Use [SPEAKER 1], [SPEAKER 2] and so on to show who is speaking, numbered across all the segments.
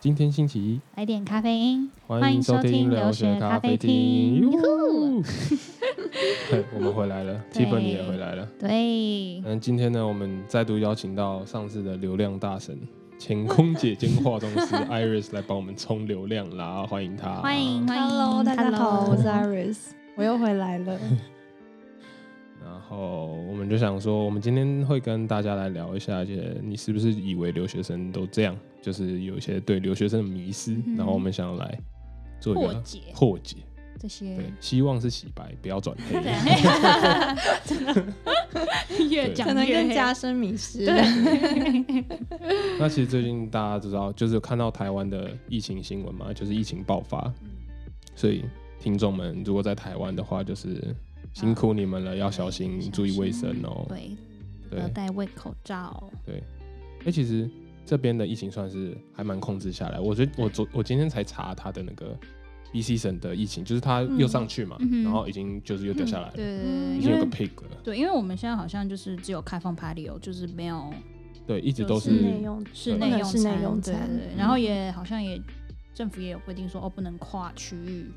[SPEAKER 1] 今天星期一，
[SPEAKER 2] 来点咖啡因，
[SPEAKER 1] 欢迎收听聊学咖啡厅。
[SPEAKER 2] 欢迎收听
[SPEAKER 1] 哟 嘿我们回来了
[SPEAKER 2] 对
[SPEAKER 1] ，Tiffany 也回来了。
[SPEAKER 2] 对，
[SPEAKER 1] 嗯，今天呢，我们再度邀请到上次的流量大神。前空姐兼化妆 师 Iris 来帮我们冲流量啦，欢迎她！
[SPEAKER 2] 欢迎欢迎
[SPEAKER 3] Hello，大家好，
[SPEAKER 2] Hello
[SPEAKER 3] 我是 Iris，我 又回来了。
[SPEAKER 1] 然后我们就想说，我们今天会跟大家来聊一下，就是你是不是以为留学生都这样，就是有一些对留学生的迷失，
[SPEAKER 2] 嗯
[SPEAKER 1] 然后我们想要来做一个
[SPEAKER 2] 破解
[SPEAKER 1] 破解，
[SPEAKER 2] 这
[SPEAKER 1] 对
[SPEAKER 2] 些，，
[SPEAKER 1] 希望是洗白，不要转黑。
[SPEAKER 2] 真的越
[SPEAKER 3] 可
[SPEAKER 2] 讲
[SPEAKER 3] 能
[SPEAKER 2] 越
[SPEAKER 3] 更
[SPEAKER 2] 黑
[SPEAKER 3] 加深迷失。嗯
[SPEAKER 1] 那其实最近大家知道，就是有看到台湾的疫情新闻嘛，就是疫情爆发，所以听众们如果在台湾的话，就是辛苦你们了，要小心，注意卫生哦。
[SPEAKER 2] 嗯对，
[SPEAKER 1] 对
[SPEAKER 2] 要戴胃口罩，
[SPEAKER 1] 哎、其实这边的疫情算是还蛮控制下来。我觉得我昨我今天才查他的那个 BC 省的疫情，就是它又上去嘛，
[SPEAKER 2] 嗯嗯哼嗯
[SPEAKER 1] 然后已经就是又掉下来了，
[SPEAKER 2] 对对
[SPEAKER 1] 已
[SPEAKER 2] 对，
[SPEAKER 3] 嗯
[SPEAKER 2] 对
[SPEAKER 1] 经
[SPEAKER 2] 因
[SPEAKER 1] 有个
[SPEAKER 2] 为
[SPEAKER 1] peak 了。
[SPEAKER 2] 对，因为我们现在好像就是只有开放 patio，就是没有
[SPEAKER 1] 对，一直都
[SPEAKER 2] 就是是
[SPEAKER 3] 内用
[SPEAKER 2] 室
[SPEAKER 1] 不
[SPEAKER 2] 内
[SPEAKER 3] 能
[SPEAKER 2] 用
[SPEAKER 3] 室内
[SPEAKER 2] 餐，对
[SPEAKER 3] 用
[SPEAKER 2] 对
[SPEAKER 3] 餐
[SPEAKER 2] 对，然后也好像也政府也有规定说，哦，不能跨区域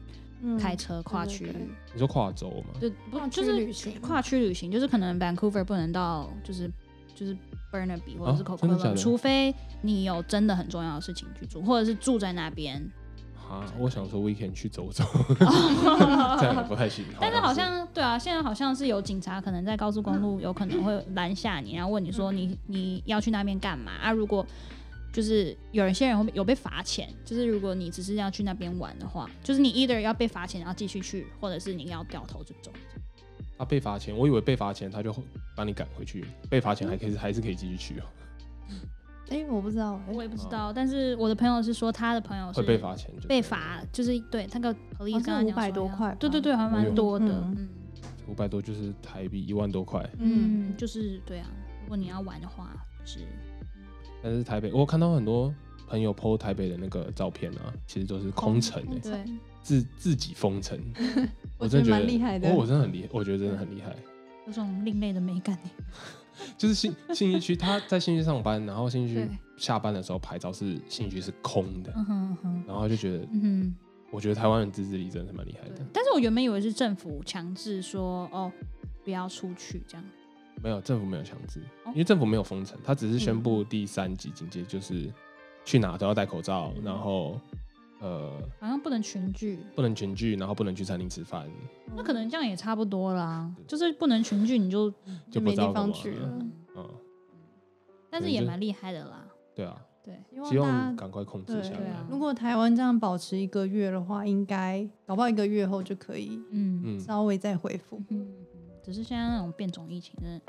[SPEAKER 2] 开车跨
[SPEAKER 3] 嗯对
[SPEAKER 2] 区
[SPEAKER 3] 对
[SPEAKER 2] 域，
[SPEAKER 1] 你说跨州嘛，
[SPEAKER 2] 就
[SPEAKER 3] 跨
[SPEAKER 2] 不
[SPEAKER 3] 区
[SPEAKER 2] 就是
[SPEAKER 3] 旅行
[SPEAKER 2] 跨区旅行，就是可能 Vancouver 不能到，就是就是 Burnaby 或者是
[SPEAKER 1] 啊真的
[SPEAKER 2] Coquitlam，、
[SPEAKER 1] 假的
[SPEAKER 2] 除非你有真的很重要的事情去做，或者是住在那边。
[SPEAKER 1] 啊，我想说 weekend 去走 走，这样也不太行。
[SPEAKER 2] 但是好像对啊，现在好像是有警察可能在高速公路有可能会拦下你，然后问你说你
[SPEAKER 3] 嗯
[SPEAKER 2] 你要去那边干嘛啊？如果就是有一些人会有被罚钱，就是如果你只是要去那边玩的话，就是你 either 要被罚钱，然后继续去，或者是你要掉头就走。
[SPEAKER 1] 他啊被罚钱，我以为被罚钱他就把你赶回去，被罚钱还
[SPEAKER 3] 嗯
[SPEAKER 1] 可以还是可以继续去哦，
[SPEAKER 3] 哎，我不知道哎
[SPEAKER 2] 我，也不知道，但是我的朋友是说他的朋友是
[SPEAKER 1] 哦会被罚钱就
[SPEAKER 2] 被罚，就是对那个 police
[SPEAKER 3] 像
[SPEAKER 2] 刚刚讲说
[SPEAKER 3] 500多
[SPEAKER 2] 要
[SPEAKER 3] 块吧
[SPEAKER 2] 对对对，还
[SPEAKER 1] 哎呦
[SPEAKER 2] 蛮多的，
[SPEAKER 3] 嗯
[SPEAKER 2] 嗯
[SPEAKER 1] 五百多，就是台币一万多块。
[SPEAKER 3] 嗯，
[SPEAKER 2] 嗯，就是对啊，如果你要玩的话，就是
[SPEAKER 1] 但是台北，我看到很多朋友 PO 台北的那个照片啊，其实都是空城诶、
[SPEAKER 3] 嗯空
[SPEAKER 2] 对，
[SPEAKER 1] 自自己封城，
[SPEAKER 3] 我
[SPEAKER 1] 真的
[SPEAKER 3] 觉得
[SPEAKER 1] 觉得
[SPEAKER 3] 蛮厉害的
[SPEAKER 1] 哦，我真的很厉，我觉得真的很厉 害。
[SPEAKER 2] 有种另类的美感耶。欸
[SPEAKER 1] 就是信信义区，他在信义区上班，然后信义区
[SPEAKER 2] 对
[SPEAKER 1] 下班的时候牌照是信义区是空的，
[SPEAKER 2] 嗯哼嗯哼，
[SPEAKER 1] 然后就觉得，
[SPEAKER 2] 嗯哼。
[SPEAKER 1] 我觉得台湾人自制力真的是蛮厉害
[SPEAKER 2] 对
[SPEAKER 1] 的。，
[SPEAKER 2] 但是我原本以为是政府强制说哦，不要出去这样。
[SPEAKER 1] 没有政府没有强制，
[SPEAKER 2] 哦
[SPEAKER 1] 因为政府没有封城，他只是宣布第三级警戒，就是去哪都要戴口罩，
[SPEAKER 2] 嗯
[SPEAKER 1] 然后呃
[SPEAKER 2] 好像不能群聚，
[SPEAKER 1] 不能群聚，然后不能去餐厅吃饭，
[SPEAKER 2] 那可能
[SPEAKER 3] 嗯
[SPEAKER 2] 这样也差不多啦。就是不能群聚，你就
[SPEAKER 1] 就不
[SPEAKER 3] 没
[SPEAKER 1] 知道干
[SPEAKER 3] 地方
[SPEAKER 1] 嘛
[SPEAKER 3] 去
[SPEAKER 1] 了。啊
[SPEAKER 3] 了。
[SPEAKER 1] 嗯，
[SPEAKER 2] 但是也蛮厉害的啦。
[SPEAKER 1] 对啊，
[SPEAKER 2] 对，
[SPEAKER 1] 希
[SPEAKER 3] 希
[SPEAKER 1] 望
[SPEAKER 3] 望大
[SPEAKER 1] 赶快控制
[SPEAKER 3] 哦对
[SPEAKER 1] 下
[SPEAKER 2] 对
[SPEAKER 1] 来
[SPEAKER 2] 啊。
[SPEAKER 3] 如果台湾这样保持一个月的话，应该搞不好一个月后就可以
[SPEAKER 2] 嗯
[SPEAKER 1] 嗯，
[SPEAKER 3] 稍微再恢复。
[SPEAKER 2] 嗯，只是现在那种变种疫情真的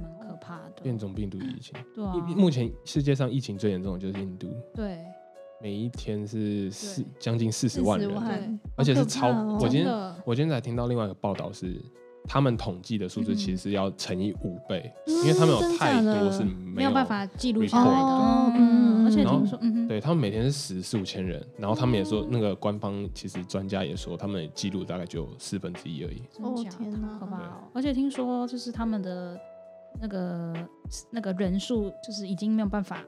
[SPEAKER 2] 蛮可怕的。
[SPEAKER 1] 变种病毒疫情，
[SPEAKER 2] 对啊，
[SPEAKER 1] 疫目前世界上疫情最严重的就是印度，
[SPEAKER 2] 对
[SPEAKER 1] 每一天是四
[SPEAKER 2] 对
[SPEAKER 1] 将近四十万人
[SPEAKER 3] 40，万
[SPEAKER 2] 对
[SPEAKER 1] 而且是超。
[SPEAKER 3] 好可怕哦
[SPEAKER 1] 我今
[SPEAKER 2] 真
[SPEAKER 1] 天
[SPEAKER 2] 的
[SPEAKER 1] 我今天才听到另外一个报道是，他们统计的数字
[SPEAKER 2] 嗯
[SPEAKER 1] 其实是要乘以五倍，
[SPEAKER 3] 嗯
[SPEAKER 1] 因为他们有
[SPEAKER 3] 真
[SPEAKER 1] 太
[SPEAKER 3] 假的
[SPEAKER 1] 多是
[SPEAKER 2] 没
[SPEAKER 1] 没
[SPEAKER 2] 有
[SPEAKER 1] 有
[SPEAKER 2] 办。法记录下
[SPEAKER 1] record
[SPEAKER 2] 来的。嗯，
[SPEAKER 3] 的嗯
[SPEAKER 2] 而且
[SPEAKER 1] 然后
[SPEAKER 2] 听说，嗯哼，
[SPEAKER 1] 对他们每天是十四五千人，然后他们也说，那个官方其实专家也说，他们的记录大概就四分之一而已。
[SPEAKER 2] 真假
[SPEAKER 3] 哦天
[SPEAKER 2] 的，
[SPEAKER 3] 哪
[SPEAKER 2] 好可怕哦！而且听说就是他们的那个那个人数，就是已经没有办法，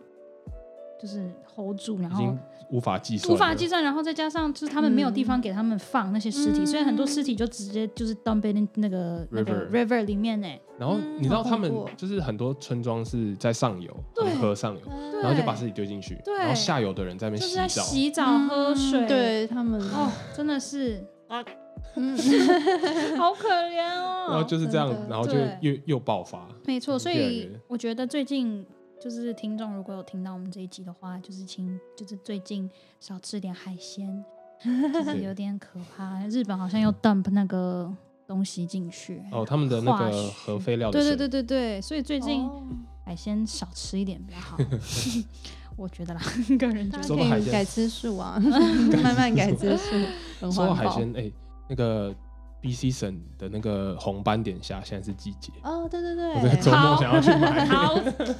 [SPEAKER 2] 就是 hold 住，然
[SPEAKER 1] 已
[SPEAKER 2] 后
[SPEAKER 1] 经无法计算了，
[SPEAKER 2] 无法计算，然后再加上就是他们没有地方
[SPEAKER 3] 嗯
[SPEAKER 2] 给他们放那些尸体，
[SPEAKER 3] 嗯
[SPEAKER 2] 所以很多尸体就直接就是 dump in 那个那个
[SPEAKER 1] River
[SPEAKER 2] river 里面欸呢。
[SPEAKER 1] 然后
[SPEAKER 3] 嗯
[SPEAKER 1] 你知道
[SPEAKER 3] 好
[SPEAKER 1] 他
[SPEAKER 3] 恐
[SPEAKER 1] 们
[SPEAKER 3] 怖哦
[SPEAKER 1] 就是很多村庄是在上游，
[SPEAKER 2] 对
[SPEAKER 1] 河上游，
[SPEAKER 3] 对
[SPEAKER 1] 然后就把自己丢进去，
[SPEAKER 2] 对
[SPEAKER 1] 然后下游的人在那
[SPEAKER 2] 就
[SPEAKER 1] 边
[SPEAKER 2] 是在
[SPEAKER 1] 洗澡，
[SPEAKER 2] 洗澡、喝水，，
[SPEAKER 3] 嗯对他们，
[SPEAKER 2] 哦，真的是
[SPEAKER 3] 嗯，
[SPEAKER 2] 好可怜哦。
[SPEAKER 1] 然后就是这样
[SPEAKER 3] 真，的
[SPEAKER 1] 然后就
[SPEAKER 2] 对哎
[SPEAKER 1] 又又爆发。
[SPEAKER 2] 没错，所
[SPEAKER 1] 越来
[SPEAKER 2] 以
[SPEAKER 1] 越
[SPEAKER 2] 我觉得最近就是听众如果有听到我们这一集的话，就是请就是最近少吃点海鲜， 就是有点可怕。日本好像又 dump 那个东西进去，
[SPEAKER 1] 哦，他们的那
[SPEAKER 2] 化
[SPEAKER 1] 个
[SPEAKER 2] 学
[SPEAKER 1] 核废料的
[SPEAKER 2] 对对
[SPEAKER 1] 水
[SPEAKER 2] 对对对，所以最近
[SPEAKER 3] 哦
[SPEAKER 2] 海鲜少吃一点比 较好， 我觉得啦，个人觉得
[SPEAKER 3] 大家
[SPEAKER 1] 说到海
[SPEAKER 3] 可以
[SPEAKER 1] 鲜
[SPEAKER 3] 改吃素啊，慢慢改吃素，很
[SPEAKER 1] 说到
[SPEAKER 3] 环
[SPEAKER 1] 海
[SPEAKER 3] 保。
[SPEAKER 1] 鲜，哎、那个 B C 省的那个红斑点虾现在是季节，
[SPEAKER 3] 哦，对对
[SPEAKER 1] 我这个周
[SPEAKER 3] 对，
[SPEAKER 1] 末想要去买。
[SPEAKER 2] 好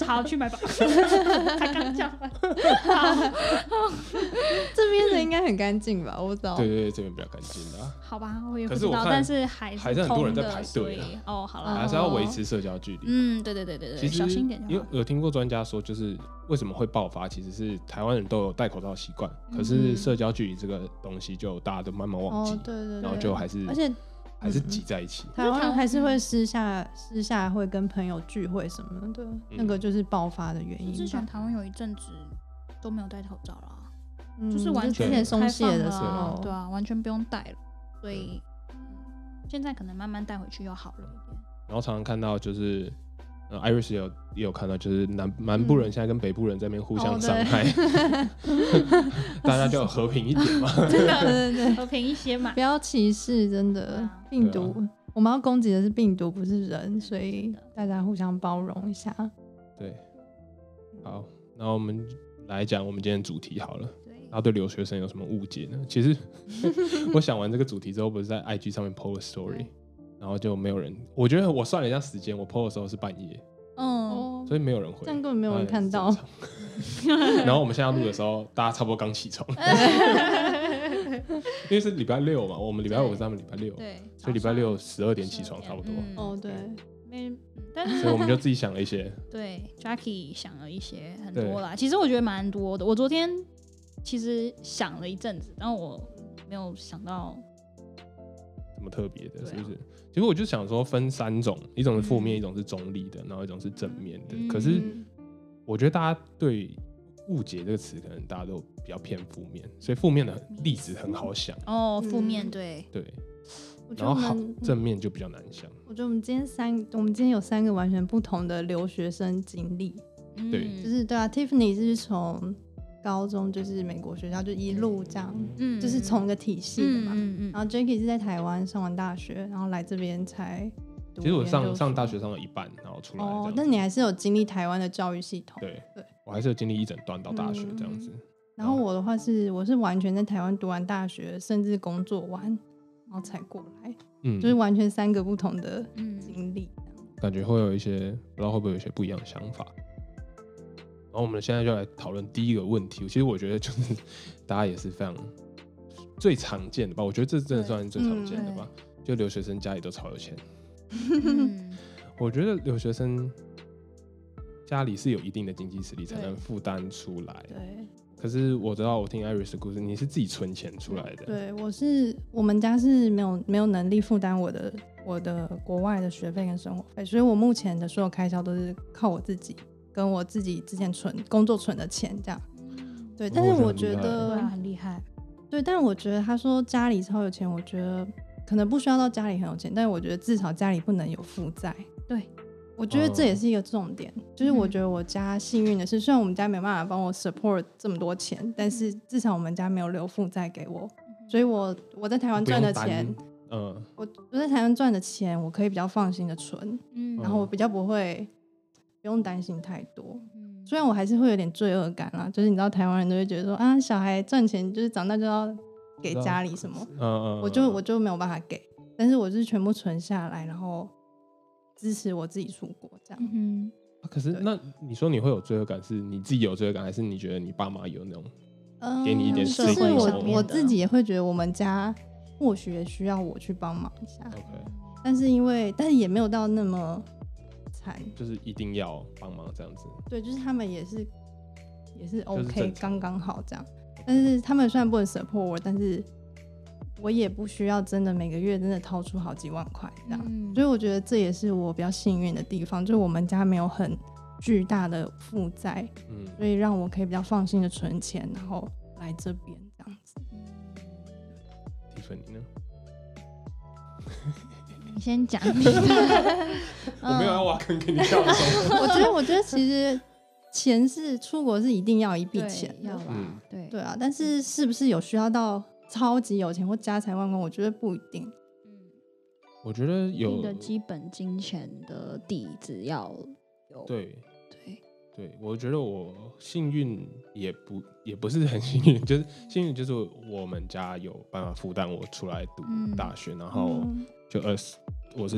[SPEAKER 2] 好去买吧， 才刚讲完，好
[SPEAKER 3] 这边的应该很干净吧？我不知
[SPEAKER 2] 哦
[SPEAKER 3] 道。
[SPEAKER 1] 对对对，这边比较干净的啊、
[SPEAKER 2] 好吧，我也不
[SPEAKER 1] 可
[SPEAKER 2] 知
[SPEAKER 1] 是我
[SPEAKER 2] 道，
[SPEAKER 1] 看
[SPEAKER 2] 但是海
[SPEAKER 1] 还是很多人在
[SPEAKER 2] 通的
[SPEAKER 1] 排队啊
[SPEAKER 2] 所以哦，好
[SPEAKER 3] 哦
[SPEAKER 2] 啦，
[SPEAKER 1] 还是要维持社交距离。
[SPEAKER 2] 嗯，对对对对
[SPEAKER 1] 其
[SPEAKER 2] 对，
[SPEAKER 1] 实
[SPEAKER 2] 小心一点就
[SPEAKER 1] 有
[SPEAKER 2] 好。
[SPEAKER 1] 有听过专家说，就是为什么会爆发，其实是台湾人都有戴口罩的习惯，可是
[SPEAKER 3] 嗯
[SPEAKER 1] 社交距离这个东西就大家都慢慢忘记，
[SPEAKER 3] 哦，对对对，
[SPEAKER 1] 然后就还是
[SPEAKER 3] 而且
[SPEAKER 1] 还是
[SPEAKER 3] 嗯嗯
[SPEAKER 1] 挤在一起。
[SPEAKER 3] 台湾还是会私下私下会跟朋友聚会什么的，
[SPEAKER 1] 嗯
[SPEAKER 3] 那个就是爆发的原因吧。
[SPEAKER 2] 之前台湾有一阵子都没有戴口罩了啊，
[SPEAKER 3] 嗯
[SPEAKER 2] 就是完
[SPEAKER 1] 对
[SPEAKER 3] 之
[SPEAKER 2] 全
[SPEAKER 3] 前松懈的
[SPEAKER 2] 开
[SPEAKER 3] 时
[SPEAKER 2] 放了啊
[SPEAKER 3] 候，
[SPEAKER 2] 对啊，完全不用戴了，所以、嗯现在可能慢慢带回去又好了一点。
[SPEAKER 1] 然后常常看到就是，呃，Iris 也有也有看到，就是南南部人现在跟北部人在那边互相
[SPEAKER 3] 嗯哦
[SPEAKER 1] 伤
[SPEAKER 3] 对
[SPEAKER 1] 害， 大家就和平一点嘛。
[SPEAKER 3] 真的，对 对对，
[SPEAKER 2] 和平一些嘛
[SPEAKER 3] 不。要歧视，真的
[SPEAKER 2] 啊
[SPEAKER 3] 病
[SPEAKER 1] 对啊
[SPEAKER 3] 毒。我们要攻击的是病毒，不是人，所以
[SPEAKER 2] 是的
[SPEAKER 3] 大家互相包容一下。
[SPEAKER 1] 对，好，那我们来讲我们今天的主题好了。
[SPEAKER 2] 对
[SPEAKER 1] 大家对留学生有什么误解呢？其 实我想完这个主题之后，不是在 IG 上面 PO 了 story，然后就没有人。我觉得我算了一下时间，我 PO 的时候是半夜，
[SPEAKER 2] 嗯，
[SPEAKER 3] 哦，
[SPEAKER 1] 所以没有人回
[SPEAKER 3] 这，样根本没有人看
[SPEAKER 1] 哎
[SPEAKER 3] 到
[SPEAKER 1] 是。正常啊 然后我们现在录的时候，大家差不多刚起 床，因为是礼拜六嘛，我们礼拜五
[SPEAKER 2] 对
[SPEAKER 1] 是他们礼拜六，
[SPEAKER 2] 对，
[SPEAKER 1] 所以礼拜六十二点起床
[SPEAKER 2] 12
[SPEAKER 1] 差不多，
[SPEAKER 2] 嗯
[SPEAKER 3] 哦，对，
[SPEAKER 2] 没，嗯但是
[SPEAKER 1] 所以我们就自己想了一些。
[SPEAKER 2] 对 Jackie 想了一些很
[SPEAKER 1] 对
[SPEAKER 2] 多啦，其实我觉得蛮多的。我昨天其实想了一阵子，但我没有想到，
[SPEAKER 1] 什么特别的，
[SPEAKER 2] 对啊
[SPEAKER 1] 是不是？其实我就想说分三种，一种是负面，
[SPEAKER 2] 嗯
[SPEAKER 1] 一种是中立的，然后一种是正面的。
[SPEAKER 2] 嗯
[SPEAKER 1] 可是我觉得大家对误解这个词，可能大家都比较偏负面，所以负面的例子很好想，
[SPEAKER 2] 哦，负面
[SPEAKER 3] 嗯
[SPEAKER 2] 对，
[SPEAKER 1] 对。
[SPEAKER 3] 我觉
[SPEAKER 1] 然
[SPEAKER 3] 得
[SPEAKER 1] 后
[SPEAKER 3] 嗯我
[SPEAKER 1] 好
[SPEAKER 3] 们，
[SPEAKER 1] 正面就比较难想。
[SPEAKER 3] 我觉得我们今天三，我们今天有三个完全不同的留学生经历。
[SPEAKER 1] 对
[SPEAKER 2] 嗯
[SPEAKER 3] 就是对啊，Tiffany 是从高中就是美国学校就一路这样，
[SPEAKER 2] 嗯
[SPEAKER 3] 就是从一个体系的嘛。
[SPEAKER 2] 嗯嗯
[SPEAKER 3] 然后 Jacky 是在台湾上完大学，然后来这边才读
[SPEAKER 1] 其实我
[SPEAKER 3] 研究
[SPEAKER 1] 上
[SPEAKER 3] 所
[SPEAKER 1] 上大学上到一半，然后出来这样
[SPEAKER 3] 哦
[SPEAKER 1] 子。，
[SPEAKER 3] 但你还是有经历台湾的教育系统。
[SPEAKER 1] 对
[SPEAKER 3] 对
[SPEAKER 1] 我还是有经历一整段到大学这样子。
[SPEAKER 3] 然后我的话是，我是完全在台湾读完大学，甚至工作完，然后才过来，
[SPEAKER 1] 嗯，
[SPEAKER 3] 就是完全三个不同的
[SPEAKER 2] 嗯，
[SPEAKER 3] 经历。
[SPEAKER 1] 感觉会有一些不知道会不会有一些不一样的想法。然后我们现在就来讨论第一个问题，其实我觉得就是大家也是非常最常见的吧，我觉得这真的算是最常见
[SPEAKER 3] 嗯
[SPEAKER 1] 的吧。就留学生家里都超有钱，
[SPEAKER 2] 嗯
[SPEAKER 1] 我觉得留学生家里是有一定的经济实力才
[SPEAKER 3] 对
[SPEAKER 1] 能负担出来。
[SPEAKER 3] 对
[SPEAKER 1] 可是我知道，我听 Iris 的故事，你是自己存钱出来的，
[SPEAKER 3] 嗯对，我是我们家是没有没有能力负担我的我的国外的学费跟生活费，所以我目前的所有开销都是靠我自己跟我自己之前存工作存的钱这样。对，但是
[SPEAKER 1] 哦
[SPEAKER 3] 我
[SPEAKER 1] 这样很
[SPEAKER 3] 觉
[SPEAKER 1] 厉害
[SPEAKER 2] 对
[SPEAKER 3] 得
[SPEAKER 2] 啊，很厉害，
[SPEAKER 3] 对，但我觉得他说家里超有钱，我觉得可能不需要到家里很有钱，但是我觉得至少家里不能有负债。
[SPEAKER 2] 对，
[SPEAKER 3] 我觉得这
[SPEAKER 1] 哦
[SPEAKER 3] 也是一个重点，就是我
[SPEAKER 2] 嗯
[SPEAKER 3] 觉得我家幸运的是，虽然我们家没办法帮我 support 这么多钱，但是至少我们家没有留负债给我，所以我我在台湾
[SPEAKER 1] 不
[SPEAKER 3] 赚
[SPEAKER 1] 用
[SPEAKER 3] 的
[SPEAKER 1] 担
[SPEAKER 3] 钱，，
[SPEAKER 1] 嗯，
[SPEAKER 3] 我我在台湾赚的钱，我可以比较放心的存，
[SPEAKER 2] 嗯
[SPEAKER 3] 然后我比较不会不用担心太多。
[SPEAKER 2] 嗯
[SPEAKER 3] 虽然我还是会有点罪恶感啦，就是你知道台湾人都会觉得说啊，小孩赚钱就是长大就要给家里什么，
[SPEAKER 1] 嗯嗯，
[SPEAKER 3] 我就我就没有办法给，但是我是全部存下来，然后支持我自己出国这样。
[SPEAKER 2] 嗯
[SPEAKER 1] 啊可是
[SPEAKER 3] 对
[SPEAKER 1] 那你说你会有罪恶感，是你自己有罪恶感，还是你觉得你爸妈有那种？
[SPEAKER 3] 嗯
[SPEAKER 1] 给你一点
[SPEAKER 3] 就
[SPEAKER 1] 社
[SPEAKER 3] 是
[SPEAKER 1] 会
[SPEAKER 3] 我
[SPEAKER 1] 上面
[SPEAKER 3] 我
[SPEAKER 2] 的
[SPEAKER 3] 自己也会觉得我们家或许也需要我去帮忙一下，
[SPEAKER 1] OK，
[SPEAKER 3] 但是因为但是也没有到那么惨，
[SPEAKER 1] 就是一定要帮忙这样子。
[SPEAKER 3] 对，就是他们也是也是
[SPEAKER 1] 就是
[SPEAKER 3] OK，
[SPEAKER 1] 正常
[SPEAKER 3] 刚刚好这样。但是他们虽然不能 support 我，但是我也不需要真的每个月真的掏出好几万块这样。
[SPEAKER 2] 嗯
[SPEAKER 3] 所以我觉得这也是我比较幸运的地方，就是我们家没有很巨大的负债，
[SPEAKER 1] 嗯，
[SPEAKER 3] 所以让我可以比较放心的存钱，然后来这边这样子。
[SPEAKER 1] 蒂芬妮呢？
[SPEAKER 2] 你先讲你的，
[SPEAKER 1] 我没有要挖坑给你跳 的时候。
[SPEAKER 3] 我觉得，我觉得其实钱是出国是一定要一笔
[SPEAKER 2] 对
[SPEAKER 3] 钱的
[SPEAKER 2] 要吧
[SPEAKER 1] 嗯？
[SPEAKER 2] 对
[SPEAKER 3] 对啊，但是是不是有需要到超级有钱或家财万贯？我觉得不一定。
[SPEAKER 1] 我觉得
[SPEAKER 2] 一定
[SPEAKER 1] 有
[SPEAKER 2] 的基本金钱的底子要有，
[SPEAKER 1] 对
[SPEAKER 2] 对，
[SPEAKER 1] 对，我觉得我幸运也不也不是很幸运， 就是幸运就是我们家有办法负担我出来读
[SPEAKER 2] 嗯
[SPEAKER 1] 大学，然后
[SPEAKER 3] 嗯
[SPEAKER 1] 就二十，我是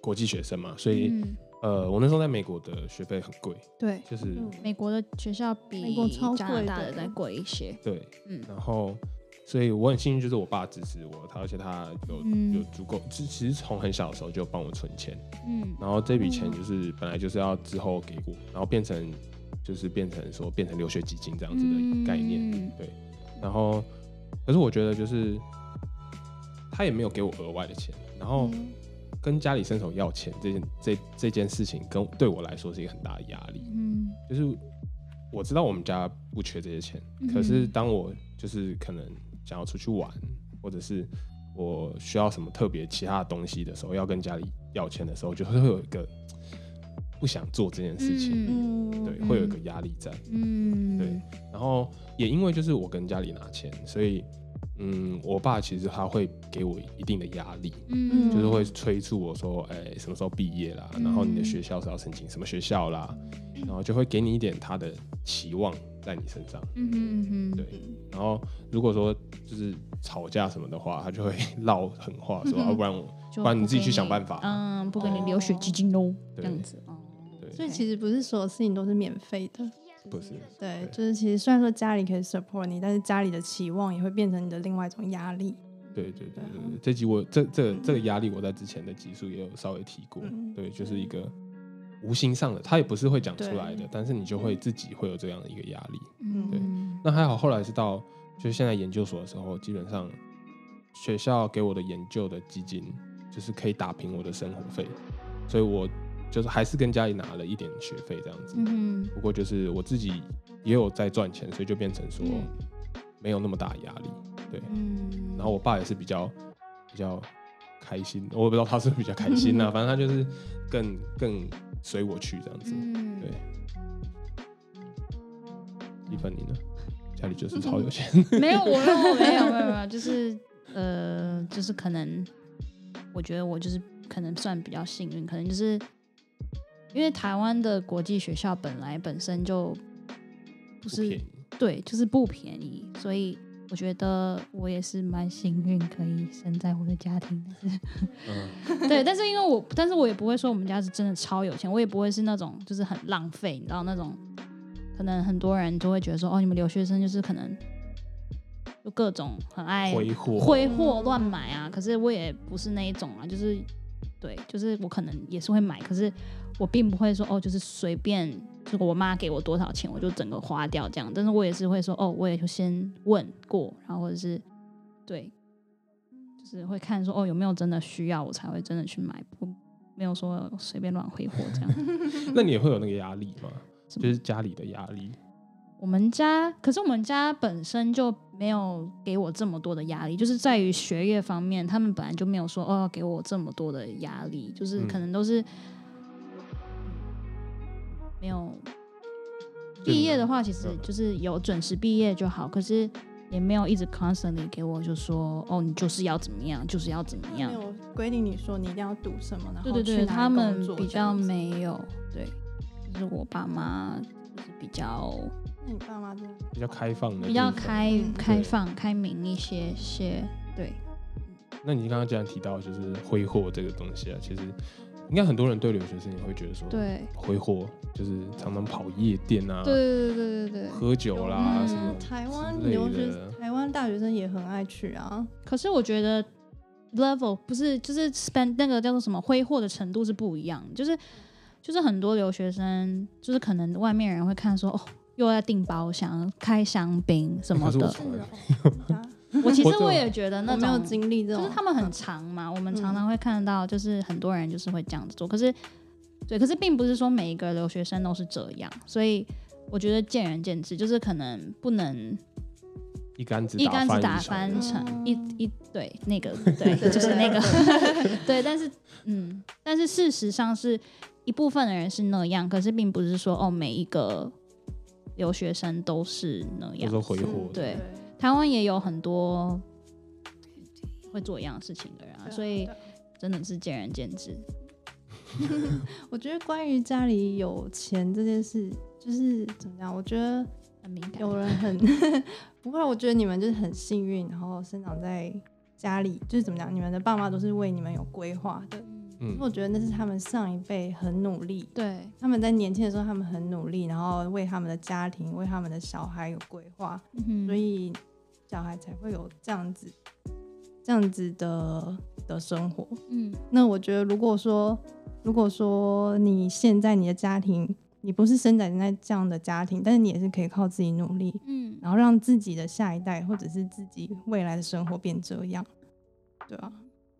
[SPEAKER 1] 国际学生嘛，所以、
[SPEAKER 2] 嗯
[SPEAKER 1] 呃，我那时候在美国的学费很贵，
[SPEAKER 2] 对，
[SPEAKER 1] 就是、
[SPEAKER 3] 嗯
[SPEAKER 2] 美国的学校比
[SPEAKER 3] 美国超
[SPEAKER 2] 加拿
[SPEAKER 3] 贵
[SPEAKER 2] 大
[SPEAKER 3] 的
[SPEAKER 2] 的再贵一些，
[SPEAKER 1] 对，
[SPEAKER 2] 嗯
[SPEAKER 1] 然后所以我很幸运，就是我爸支持我，他而且他有、
[SPEAKER 2] 嗯
[SPEAKER 1] 有足够，其其实从很小的时候就帮我存钱，
[SPEAKER 2] 嗯
[SPEAKER 1] 然后这笔钱就是本来就是要之后给我，然后变成就是变成说变成留学基金这样子的概念。
[SPEAKER 2] 嗯
[SPEAKER 1] 对，然后可是我觉得就是他也没有给我额外的钱，然后
[SPEAKER 3] 嗯
[SPEAKER 1] 跟家里伸手要钱这件这这件事情跟对我来说是一个很大的压力，
[SPEAKER 2] 嗯
[SPEAKER 1] 就是我知道我们家不缺这些钱，
[SPEAKER 2] 嗯
[SPEAKER 1] 可是当我就是可能想要出去玩，或者是我需要什么特别其他的东西的时候，要跟家里要钱的时候，就会有一个不想做这件事情，
[SPEAKER 2] 嗯
[SPEAKER 3] 嗯
[SPEAKER 1] 对，会有一个压力在。
[SPEAKER 2] 嗯，
[SPEAKER 1] 对，然后也因为就是我跟家里拿钱，所以嗯，我爸其实他会给我一定的压力，
[SPEAKER 2] 嗯，
[SPEAKER 1] 就是会催促我说，哎、什么时候毕业啦？然后你的学校是要申请什么学校啦？然后就会给你一点他的期望在你身上。
[SPEAKER 2] 嗯哼嗯哼
[SPEAKER 1] 对然后如果说就是吵架什么的话，他就会 唠狠话说，
[SPEAKER 2] 嗯
[SPEAKER 1] 啊，不然我
[SPEAKER 2] 就
[SPEAKER 1] 不然你
[SPEAKER 2] 不
[SPEAKER 1] 自己
[SPEAKER 2] 给
[SPEAKER 1] 去想办法
[SPEAKER 2] 嗯，不给你留学基金喽，这
[SPEAKER 1] 对
[SPEAKER 2] 样子哦。
[SPEAKER 1] 对
[SPEAKER 3] 所以其实不是所有事情都是免费的，
[SPEAKER 1] 不是，
[SPEAKER 3] 对
[SPEAKER 1] 对，
[SPEAKER 3] 就是其实虽然说家里可以 support 你，但是家里的期望也会变成你的另外一种压力。
[SPEAKER 1] 对对对对对，这集我这这这个压力我在之前的集数也有稍微提过，
[SPEAKER 3] 嗯
[SPEAKER 1] 对，就是一个无形上的，他也不是会讲出来的
[SPEAKER 3] 对，
[SPEAKER 1] 但是你就会自己会有这样的一个压力。
[SPEAKER 3] 嗯
[SPEAKER 1] 对那还好，后来是到就是现在研究所的时候，基本上学校给我的研究的基金就是可以打平我的生活费，所以我就是还是跟家里拿了一点学费这样子。
[SPEAKER 2] 嗯
[SPEAKER 1] 不过就是我自己也有在赚钱，所以就变成说
[SPEAKER 2] 嗯
[SPEAKER 1] 没有那么大的压力。对，
[SPEAKER 2] 嗯，
[SPEAKER 1] 然后我爸也是比较比较开心，我也不知道他是不是比较开心呐、啊 反正他就是更更随我去这样子。
[SPEAKER 2] 嗯
[SPEAKER 1] 对，一凡你呢？家里
[SPEAKER 2] 嗯
[SPEAKER 1] 就是超有钱，
[SPEAKER 2] 没有，我没有，没有，没有，没有，就是呃，就是可能，我觉得我就是可能算比较幸运，可能就是因为台湾的国际学校本来本身就 不
[SPEAKER 1] 不
[SPEAKER 2] 是
[SPEAKER 1] 便宜。
[SPEAKER 2] 对，就是不便宜，所以我觉得我也是蛮幸运，可以生在我的家庭。但 是
[SPEAKER 1] 嗯，
[SPEAKER 2] 对，但是因为我，但是我也不会说我们家是真的超有钱，我也不会是那种就是很浪费，你知道那种，可能很多人就会觉得说，哦，你们留学生就是可能就各种很爱
[SPEAKER 1] 挥霍，
[SPEAKER 2] 哎挥霍乱买啊，可是我也不是那一种啊，就是对，就是我可能也是会买，可是我并不会说哦，就是随便，如果我妈给我多少钱，我就整个花掉这样。但是我也是会说哦，我也就先问过，然后或者是对，就是会看说哦有没有真的需要，我才会真的去买，不没有说随便乱挥霍这样。
[SPEAKER 1] 那你也会有那个压力吗？
[SPEAKER 2] 什
[SPEAKER 1] 就
[SPEAKER 2] 么
[SPEAKER 1] 是家里的压力，
[SPEAKER 2] 我们家，可是我们家本身就没有给我这么多的压力，就是在于学业方面，他们本来就没有说哦给我这么多的压力，就是
[SPEAKER 1] 嗯
[SPEAKER 2] 可能都是、嗯没有
[SPEAKER 1] 对
[SPEAKER 2] 毕业的话，其实
[SPEAKER 1] 嗯
[SPEAKER 2] 就是有准时毕业就好，可是也没有一直 constantly 给我就说哦你就是要怎么样，就是要怎么
[SPEAKER 3] 他
[SPEAKER 2] 样
[SPEAKER 3] 没，有规定你说你一定要读什么，然
[SPEAKER 2] 对
[SPEAKER 3] 后
[SPEAKER 2] 对
[SPEAKER 3] 去
[SPEAKER 2] 对，
[SPEAKER 3] 哪
[SPEAKER 2] 他
[SPEAKER 3] 里
[SPEAKER 2] 们
[SPEAKER 3] 工作
[SPEAKER 2] 比
[SPEAKER 3] 这
[SPEAKER 2] 较
[SPEAKER 3] 样子。
[SPEAKER 2] 没有，对，就是我爸妈就是比较。
[SPEAKER 3] 那你爸妈真的
[SPEAKER 1] 比较开放的，
[SPEAKER 2] 比较。开
[SPEAKER 3] 嗯
[SPEAKER 2] 开
[SPEAKER 1] 对
[SPEAKER 2] 放、开明一些些。对，
[SPEAKER 1] 那你刚刚既然提到就是挥霍这个东西啊，其实应该很多人对留学生也会觉得说，
[SPEAKER 2] 对，
[SPEAKER 1] 挥霍就是常常跑夜店啊，
[SPEAKER 2] 对对对对对对。
[SPEAKER 1] 喝酒啦
[SPEAKER 2] 嗯
[SPEAKER 1] 什么。
[SPEAKER 3] 台湾
[SPEAKER 1] 之类
[SPEAKER 3] 留学
[SPEAKER 1] 的，
[SPEAKER 3] 台湾大学生也很爱去啊。
[SPEAKER 2] 可是我觉得 level 不是就是 spend 那个叫做什么挥霍的程度是不一样的，就是就是很多留学生就是可能外面人会看说哦。又在订包厢、开香槟什么
[SPEAKER 1] 可是我
[SPEAKER 2] 的，
[SPEAKER 1] 从来
[SPEAKER 2] 我其实
[SPEAKER 1] 我这
[SPEAKER 2] 我也觉得那
[SPEAKER 3] 啊我没
[SPEAKER 2] 种
[SPEAKER 3] 有经历这
[SPEAKER 2] 就
[SPEAKER 3] 种，
[SPEAKER 2] 是他们很长嘛，我们常常会看到，就是很多人就是会这样子做。可是，对，可是并不是说每一个留学生都是这样，所以我觉得见仁见智，就是可能不能
[SPEAKER 1] 一竿子
[SPEAKER 2] 一竿子打
[SPEAKER 1] 一船
[SPEAKER 2] 翻
[SPEAKER 1] 人
[SPEAKER 2] 成
[SPEAKER 3] 嗯
[SPEAKER 2] 一一对那个对，就是那个 对，但是嗯，但是事实上是一部分的人是那样，可是并不是说哦每一个留学生都是那
[SPEAKER 1] 都
[SPEAKER 2] 样
[SPEAKER 1] 是，挥
[SPEAKER 3] 嗯
[SPEAKER 1] 霍的。
[SPEAKER 2] 对台湾也有很多会做一样的事情的人、啊，所以。真的是见仁见智。
[SPEAKER 3] 我觉得关于家里有钱这件事，就是怎么讲？我觉得
[SPEAKER 2] 很敏感。
[SPEAKER 3] 有人很 不会，我觉得你们就是很幸运，然后生长在家里，就是怎么讲？你们的爸妈都是为你们有规划的。
[SPEAKER 1] 嗯
[SPEAKER 3] 我觉得那是他们上一辈很努力，
[SPEAKER 2] 对，
[SPEAKER 3] 他们在年轻的时候他们很努力，然后为他们的家庭、为他们的小孩有规划，
[SPEAKER 2] 嗯
[SPEAKER 3] 所以小孩才会有这样子、这样子的的生活。
[SPEAKER 2] 嗯
[SPEAKER 3] 那我觉得，如果说如果说你现在你的家庭你不是生长在这样的家庭，但是你也是可以靠自己努力，
[SPEAKER 2] 嗯，
[SPEAKER 3] 然后让自己的下一代或者是自己未来的生活变这样，对啊，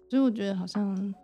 [SPEAKER 3] 所以我觉得好像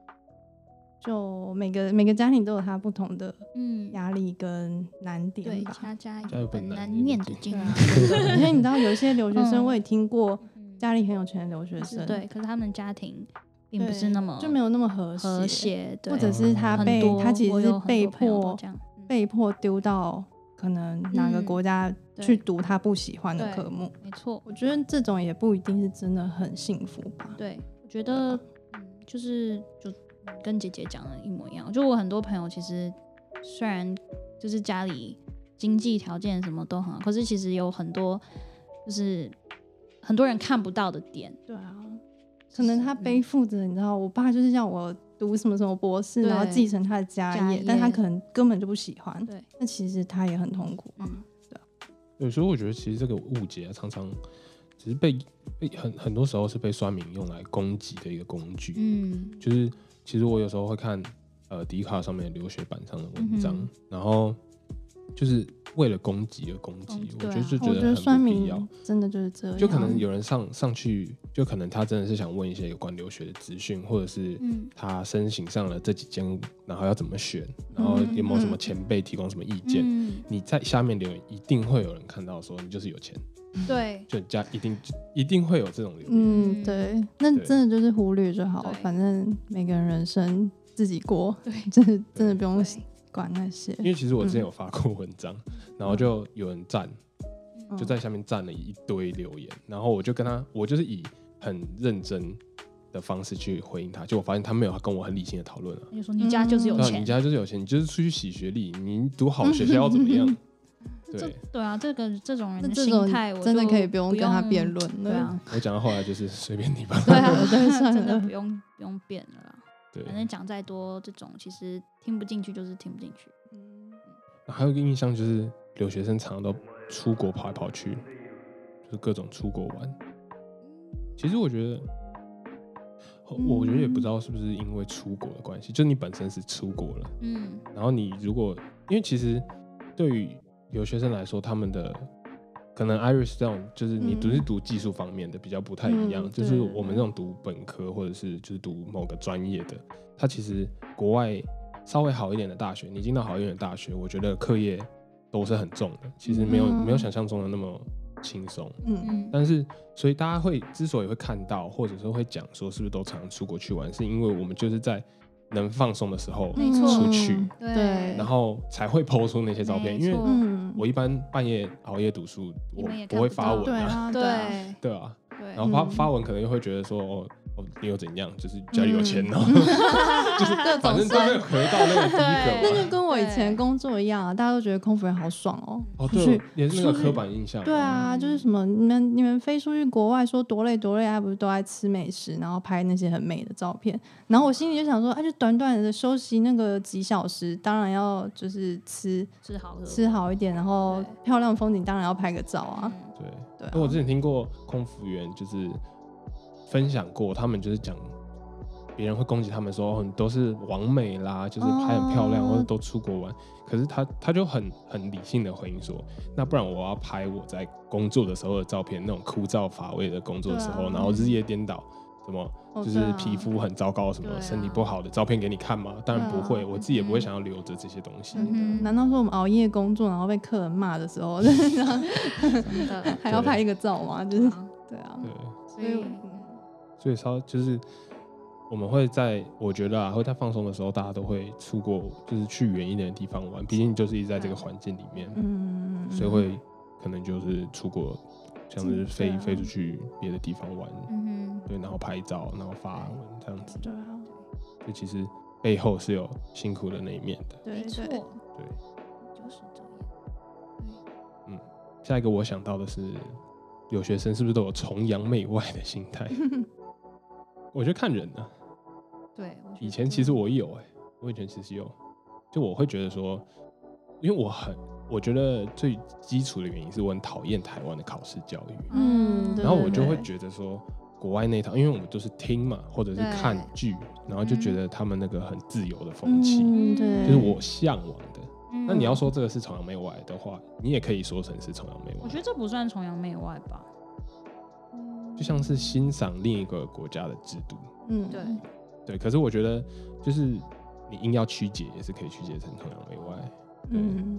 [SPEAKER 3] 就每个每个家庭都有它不同的
[SPEAKER 2] 嗯，
[SPEAKER 3] 压力跟难点
[SPEAKER 2] 对，
[SPEAKER 3] 吧。
[SPEAKER 2] 家家
[SPEAKER 1] 家有
[SPEAKER 2] 有本
[SPEAKER 1] 本
[SPEAKER 2] 难
[SPEAKER 1] 难
[SPEAKER 2] 念
[SPEAKER 1] 念
[SPEAKER 2] 的
[SPEAKER 1] 的
[SPEAKER 2] 经
[SPEAKER 3] 对。啊， 因为你知道有一些留学生，我也听过
[SPEAKER 2] 嗯
[SPEAKER 3] 家里很有钱的留学生，
[SPEAKER 2] 对，可是他们家庭并
[SPEAKER 3] 对，
[SPEAKER 2] 不是那么
[SPEAKER 3] 就没有那么和谐，
[SPEAKER 2] 和谐，对，
[SPEAKER 3] 或者是他
[SPEAKER 2] 很
[SPEAKER 3] 被
[SPEAKER 2] 多
[SPEAKER 3] 他其
[SPEAKER 2] 我
[SPEAKER 3] 实
[SPEAKER 2] 有
[SPEAKER 3] 是
[SPEAKER 2] 很多
[SPEAKER 3] 被
[SPEAKER 2] 朋友都
[SPEAKER 3] 迫
[SPEAKER 2] 这样嗯
[SPEAKER 3] 被迫丢到可能哪个
[SPEAKER 2] 嗯
[SPEAKER 3] 国家
[SPEAKER 2] 对
[SPEAKER 3] 去读他不喜欢的
[SPEAKER 2] 对
[SPEAKER 3] 科目。
[SPEAKER 2] 没错，
[SPEAKER 3] 我觉得这种也不一定是真的很幸福吧。
[SPEAKER 2] 对，我觉得，嗯，就是就嗯跟姐姐讲的一模一样。就我很多朋友其实虽然就是家里经济条件什么都很好，可是其实有很多就是很多人看不到的点。
[SPEAKER 3] 对啊，可能他
[SPEAKER 2] 嗯
[SPEAKER 3] 背负着，你知道，我爸就是要我读什么什么博士，
[SPEAKER 2] 对
[SPEAKER 3] 然后继承他的家
[SPEAKER 2] 家
[SPEAKER 3] 业，但他
[SPEAKER 2] 业
[SPEAKER 3] 可能根本就不喜欢。
[SPEAKER 2] 对，
[SPEAKER 3] 那其实他也很痛苦。
[SPEAKER 2] 嗯，
[SPEAKER 1] 有时候我觉得其实这个误解啊，常常只是被被很很多时候是被酸民用来攻击的一个工具。
[SPEAKER 2] 嗯，
[SPEAKER 1] 就是其实我有时候会看呃迪卡上面的留学版上的文章，
[SPEAKER 2] 嗯
[SPEAKER 1] 然后就是为了攻击而攻
[SPEAKER 2] 攻
[SPEAKER 1] 击，
[SPEAKER 2] 击
[SPEAKER 1] 我
[SPEAKER 2] 对啊
[SPEAKER 1] 觉得就
[SPEAKER 3] 我觉得
[SPEAKER 1] 得
[SPEAKER 3] 酸
[SPEAKER 1] 很不必要
[SPEAKER 3] 民。真的就是这样，嗯
[SPEAKER 1] 就可
[SPEAKER 2] 啊
[SPEAKER 1] 能有人上上去，就可能他真的是想问一些有关留学的资讯，或者是
[SPEAKER 2] 嗯
[SPEAKER 1] 他申请上了这几间，然后要怎么选，然后有没有什么前辈提供什么意见。
[SPEAKER 2] 嗯，
[SPEAKER 1] 你在下面留言，一定会有人看到说你就是有钱，
[SPEAKER 2] 对，
[SPEAKER 1] 就加一定一定会有这种留言。
[SPEAKER 3] 嗯，对，那
[SPEAKER 1] 对
[SPEAKER 3] 真的就是忽略就好，
[SPEAKER 2] 对
[SPEAKER 3] 反正每个人人生自己过，
[SPEAKER 2] 对
[SPEAKER 3] 真的真的不用
[SPEAKER 2] 对，
[SPEAKER 3] 管那些。
[SPEAKER 1] 因为其实我之
[SPEAKER 2] 嗯
[SPEAKER 1] 前有发过文章，然后就有人赞，
[SPEAKER 3] 嗯
[SPEAKER 1] 就在下面赞了一堆留言，然后我就跟他，我就是以很认真的方式去回应他，就我发现他没有跟我很理性的讨论啊，
[SPEAKER 2] 他就说你家就是有
[SPEAKER 3] 嗯
[SPEAKER 1] 对啊，
[SPEAKER 2] 钱
[SPEAKER 1] 你，家就是有钱，你就是出去洗学历，你读好学校要怎么样？
[SPEAKER 2] 这
[SPEAKER 1] 对，
[SPEAKER 2] 对啊，这个这种人
[SPEAKER 3] 那
[SPEAKER 2] 的
[SPEAKER 3] 这
[SPEAKER 2] 心
[SPEAKER 3] 种
[SPEAKER 2] 态，我
[SPEAKER 3] 真的
[SPEAKER 2] 就
[SPEAKER 3] 可以不用跟他辩
[SPEAKER 2] 用，
[SPEAKER 3] 论
[SPEAKER 2] 对
[SPEAKER 3] 了，，
[SPEAKER 2] 啊，
[SPEAKER 1] 我讲到后来就是随便你吧。
[SPEAKER 2] 对啊
[SPEAKER 3] 对算
[SPEAKER 2] 真的
[SPEAKER 3] 了
[SPEAKER 2] 不用不用变了啦。
[SPEAKER 1] 对，
[SPEAKER 2] 反正讲再多，这种其实听不进去就是听不进去。
[SPEAKER 1] 还有一个印象就是留学生常常都出国跑来跑去，就是各种出国玩。其实我觉得，我我觉得也不
[SPEAKER 2] 嗯
[SPEAKER 1] 知道是不是因为出国的关系，就是你本身是出国了。
[SPEAKER 2] 嗯，
[SPEAKER 1] 然后你如果因为其实对于留学生来说，他们的可能 Iris 这种就是你
[SPEAKER 3] 嗯
[SPEAKER 1] 读是读技术方面的比较不太一样，
[SPEAKER 3] 嗯
[SPEAKER 1] 就是
[SPEAKER 3] 对
[SPEAKER 1] 我们这种读本科或者是就是读某个专业的，他其实国外稍微好一点的大学，你进到好一点的大学，我觉得课业都是很重的，其实没有、
[SPEAKER 3] 嗯
[SPEAKER 1] 没有想象中的那么轻松。
[SPEAKER 3] 嗯，
[SPEAKER 2] 嗯
[SPEAKER 1] 但是，所以大家会之所以会看到，或者说会讲说是不是都常出国去玩，是因为我们就是在能放松的时候
[SPEAKER 2] 没错
[SPEAKER 1] 出去，
[SPEAKER 2] 对
[SPEAKER 3] 嗯对
[SPEAKER 1] 然后才会抛出那些照片。
[SPEAKER 2] 没
[SPEAKER 1] 因为
[SPEAKER 2] 错
[SPEAKER 3] 嗯，
[SPEAKER 1] 我一般半夜熬夜读书，
[SPEAKER 2] 你
[SPEAKER 1] 我
[SPEAKER 2] 们也
[SPEAKER 1] 不会
[SPEAKER 2] 看不
[SPEAKER 1] 发
[SPEAKER 2] 到
[SPEAKER 1] 文
[SPEAKER 3] 对
[SPEAKER 1] 啊，
[SPEAKER 3] 啊，啊，
[SPEAKER 2] 对
[SPEAKER 1] 对啊。
[SPEAKER 2] 对，
[SPEAKER 1] 然后发
[SPEAKER 3] 嗯
[SPEAKER 1] 发文可能又会觉得说，哦哦，你又怎样？就是家里有钱
[SPEAKER 2] 嗯
[SPEAKER 1] 哦，就是
[SPEAKER 3] 各
[SPEAKER 1] 反
[SPEAKER 3] 种
[SPEAKER 1] 正都会
[SPEAKER 3] 酸。
[SPEAKER 1] 回到那个第
[SPEAKER 2] 对
[SPEAKER 1] 一
[SPEAKER 3] 那
[SPEAKER 1] 个
[SPEAKER 3] 就
[SPEAKER 1] 嘛。
[SPEAKER 3] 跟我以前
[SPEAKER 2] 对
[SPEAKER 3] 工作一样啊，大家都觉得空服员好爽哦，
[SPEAKER 1] 哦，
[SPEAKER 3] 出去
[SPEAKER 1] 对，哦也是那
[SPEAKER 3] 出
[SPEAKER 1] 个
[SPEAKER 3] 去
[SPEAKER 1] 刻板印象。
[SPEAKER 3] 对，啊，就是什么你们你们飞出去国外说多累多累，还不是都在吃美食，然后拍那些很美的照片。然后我心里就想说，啊，就短短的休息那个几小时，当然要就是吃
[SPEAKER 2] 吃好喝
[SPEAKER 3] 吃好一点，然后
[SPEAKER 2] 对
[SPEAKER 3] 漂亮风景当然要拍个照啊。
[SPEAKER 2] 嗯
[SPEAKER 1] 对。
[SPEAKER 3] 对
[SPEAKER 1] 因为我
[SPEAKER 3] 啊，
[SPEAKER 1] 之前听过空服员就是分享过，他们就是讲别人会攻击他们说，哦，你都是完美啦，就是拍很漂亮，
[SPEAKER 3] 哦
[SPEAKER 1] 或者都出国玩。可是他他就很很理性的回应说，那不然我要拍我在工作的时候的照片，那种枯燥乏味的工作的时候，
[SPEAKER 3] 对啊
[SPEAKER 1] 然后日夜颠倒，什么就
[SPEAKER 3] 哦对
[SPEAKER 1] 是
[SPEAKER 3] 啊
[SPEAKER 1] 皮肤很糟糕，什么
[SPEAKER 2] 对啊
[SPEAKER 1] 身体不好的照片给你看吗？当然
[SPEAKER 3] 对
[SPEAKER 1] 不
[SPEAKER 3] 啊
[SPEAKER 1] 会，我自己也不会
[SPEAKER 2] 嗯
[SPEAKER 1] 想要留着这些东西。
[SPEAKER 2] 嗯哼
[SPEAKER 3] 难道说我们熬夜工作，然后被客人骂的 时候，然后
[SPEAKER 2] 嗯真的，
[SPEAKER 3] 还要拍一个照吗？就是 对啊，
[SPEAKER 1] 对。
[SPEAKER 2] 所
[SPEAKER 3] 所以
[SPEAKER 2] 以
[SPEAKER 3] 嗯
[SPEAKER 1] 所以稍就是我们会在我觉得啊会在放松的时候，大家都会出国，就是去远一点的地方玩，毕竟就是一直在这个环境里面，
[SPEAKER 3] 嗯，
[SPEAKER 1] 所以会可能就是出国，像是飞、
[SPEAKER 3] 嗯对啊
[SPEAKER 1] 飞出去别的地方玩，
[SPEAKER 2] 嗯哼，
[SPEAKER 1] 对，然后拍照，然后发文这样子，
[SPEAKER 3] 对啊，
[SPEAKER 1] 就其实背后是有辛苦的那一面的。
[SPEAKER 3] 对
[SPEAKER 2] 没错，
[SPEAKER 3] 对，
[SPEAKER 1] 对，
[SPEAKER 2] 就是这样。
[SPEAKER 1] 下一个我想到的是，留学生是不是都有崇洋媚外的心 态？我觉得看人呢、啊
[SPEAKER 2] 对，我觉得
[SPEAKER 1] 以前其
[SPEAKER 3] 嗯
[SPEAKER 1] 实我有哎、我以前其实有，就我会觉得说，因为我很，我觉得最基础的原因是我很讨厌台湾的考试教育，
[SPEAKER 3] 嗯对
[SPEAKER 1] 然后我就会觉得说，国外那一套，因为我们都是听嘛，或者是
[SPEAKER 2] 对
[SPEAKER 1] 看剧，然后就觉得他们那个很自由的风气，
[SPEAKER 3] 嗯嗯，对，
[SPEAKER 1] 就是我向往的。
[SPEAKER 2] 嗯
[SPEAKER 1] 那你要，说这个是崇洋媚外的话，你也可以说成是崇洋媚
[SPEAKER 2] 我
[SPEAKER 1] 外
[SPEAKER 2] 觉，得这不算崇洋媚外吧？
[SPEAKER 1] 就像是欣赏另一个国家的制度。
[SPEAKER 3] 嗯，
[SPEAKER 2] 对，
[SPEAKER 1] 对，可是我觉得就是你硬要曲解，也是可以曲解成崇洋媚外。
[SPEAKER 3] 嗯，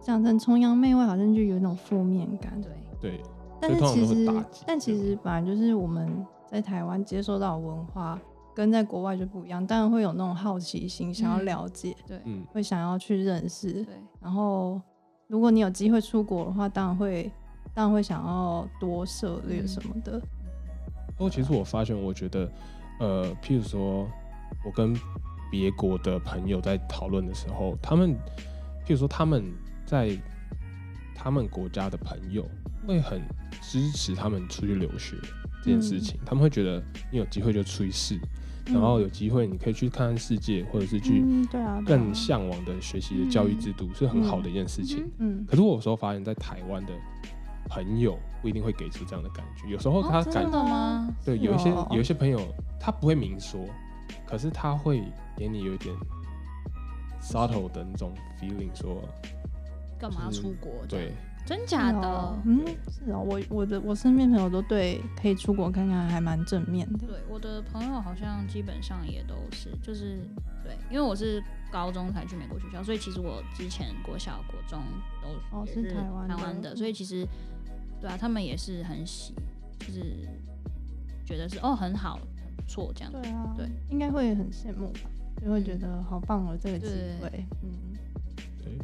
[SPEAKER 3] 讲成崇洋媚外，好像就有一种负面感。
[SPEAKER 2] 对，
[SPEAKER 1] 对，
[SPEAKER 3] 但是
[SPEAKER 1] 所以
[SPEAKER 3] 其
[SPEAKER 1] 通常都会
[SPEAKER 3] 实
[SPEAKER 1] 打击，
[SPEAKER 3] 但其实本来就是我们在台湾接受到的文化跟在国外就不一样，当然会有那种好奇心，想要
[SPEAKER 2] 嗯
[SPEAKER 3] 了解，
[SPEAKER 2] 对，
[SPEAKER 1] 嗯，
[SPEAKER 3] 会想要去认识。
[SPEAKER 2] 对，
[SPEAKER 3] 然后，如果你有机会出国的话，当然会，当然会想要多涉猎
[SPEAKER 2] 嗯
[SPEAKER 3] 什么的。
[SPEAKER 1] 不过其实我发现，我觉得，呃，譬如说，我跟别国的朋友在讨论的时候，他们，譬如说他们在他们国家的朋友会很支持他们出去留学这件事情，他们会觉得你有机会就出去试，然后有机会你可以去看看世界，或者是去
[SPEAKER 3] 嗯，对啊，对啊
[SPEAKER 1] 更向往的学习的教育制度，是很好的一件事情。
[SPEAKER 3] 嗯，
[SPEAKER 1] 可是我有时候发现，在台湾的朋友不一定会给出这样的感觉，有时候他
[SPEAKER 2] 真
[SPEAKER 1] 感
[SPEAKER 2] 的吗？
[SPEAKER 1] 对，
[SPEAKER 3] 是
[SPEAKER 1] 有一些
[SPEAKER 3] 哦
[SPEAKER 1] 有一些朋友他不会明说，可是他会给你有一点 subtle 的那种 feeling，说
[SPEAKER 2] 干嘛出国？
[SPEAKER 1] 对，，
[SPEAKER 2] 真假
[SPEAKER 3] 是
[SPEAKER 2] 的
[SPEAKER 3] 哦？嗯，是哦，我我的我身边朋友都对可以出国看看还蛮正面的。
[SPEAKER 2] 对，我的朋友好像基本上也都是，就是对，因为我是高中才去美国学校，所以其实我之前国小、国中都
[SPEAKER 3] 哦
[SPEAKER 2] 也
[SPEAKER 3] 是台
[SPEAKER 2] 台
[SPEAKER 3] 湾的嗯
[SPEAKER 2] 的，所以其实对啊，他们也是很喜，就是觉得是哦很好、很不错这样。
[SPEAKER 3] 对啊，
[SPEAKER 2] 对，嗯
[SPEAKER 3] 应该会很羡慕吧，就会觉得好棒哦，这个机
[SPEAKER 2] 对
[SPEAKER 3] 会。嗯，
[SPEAKER 1] 对，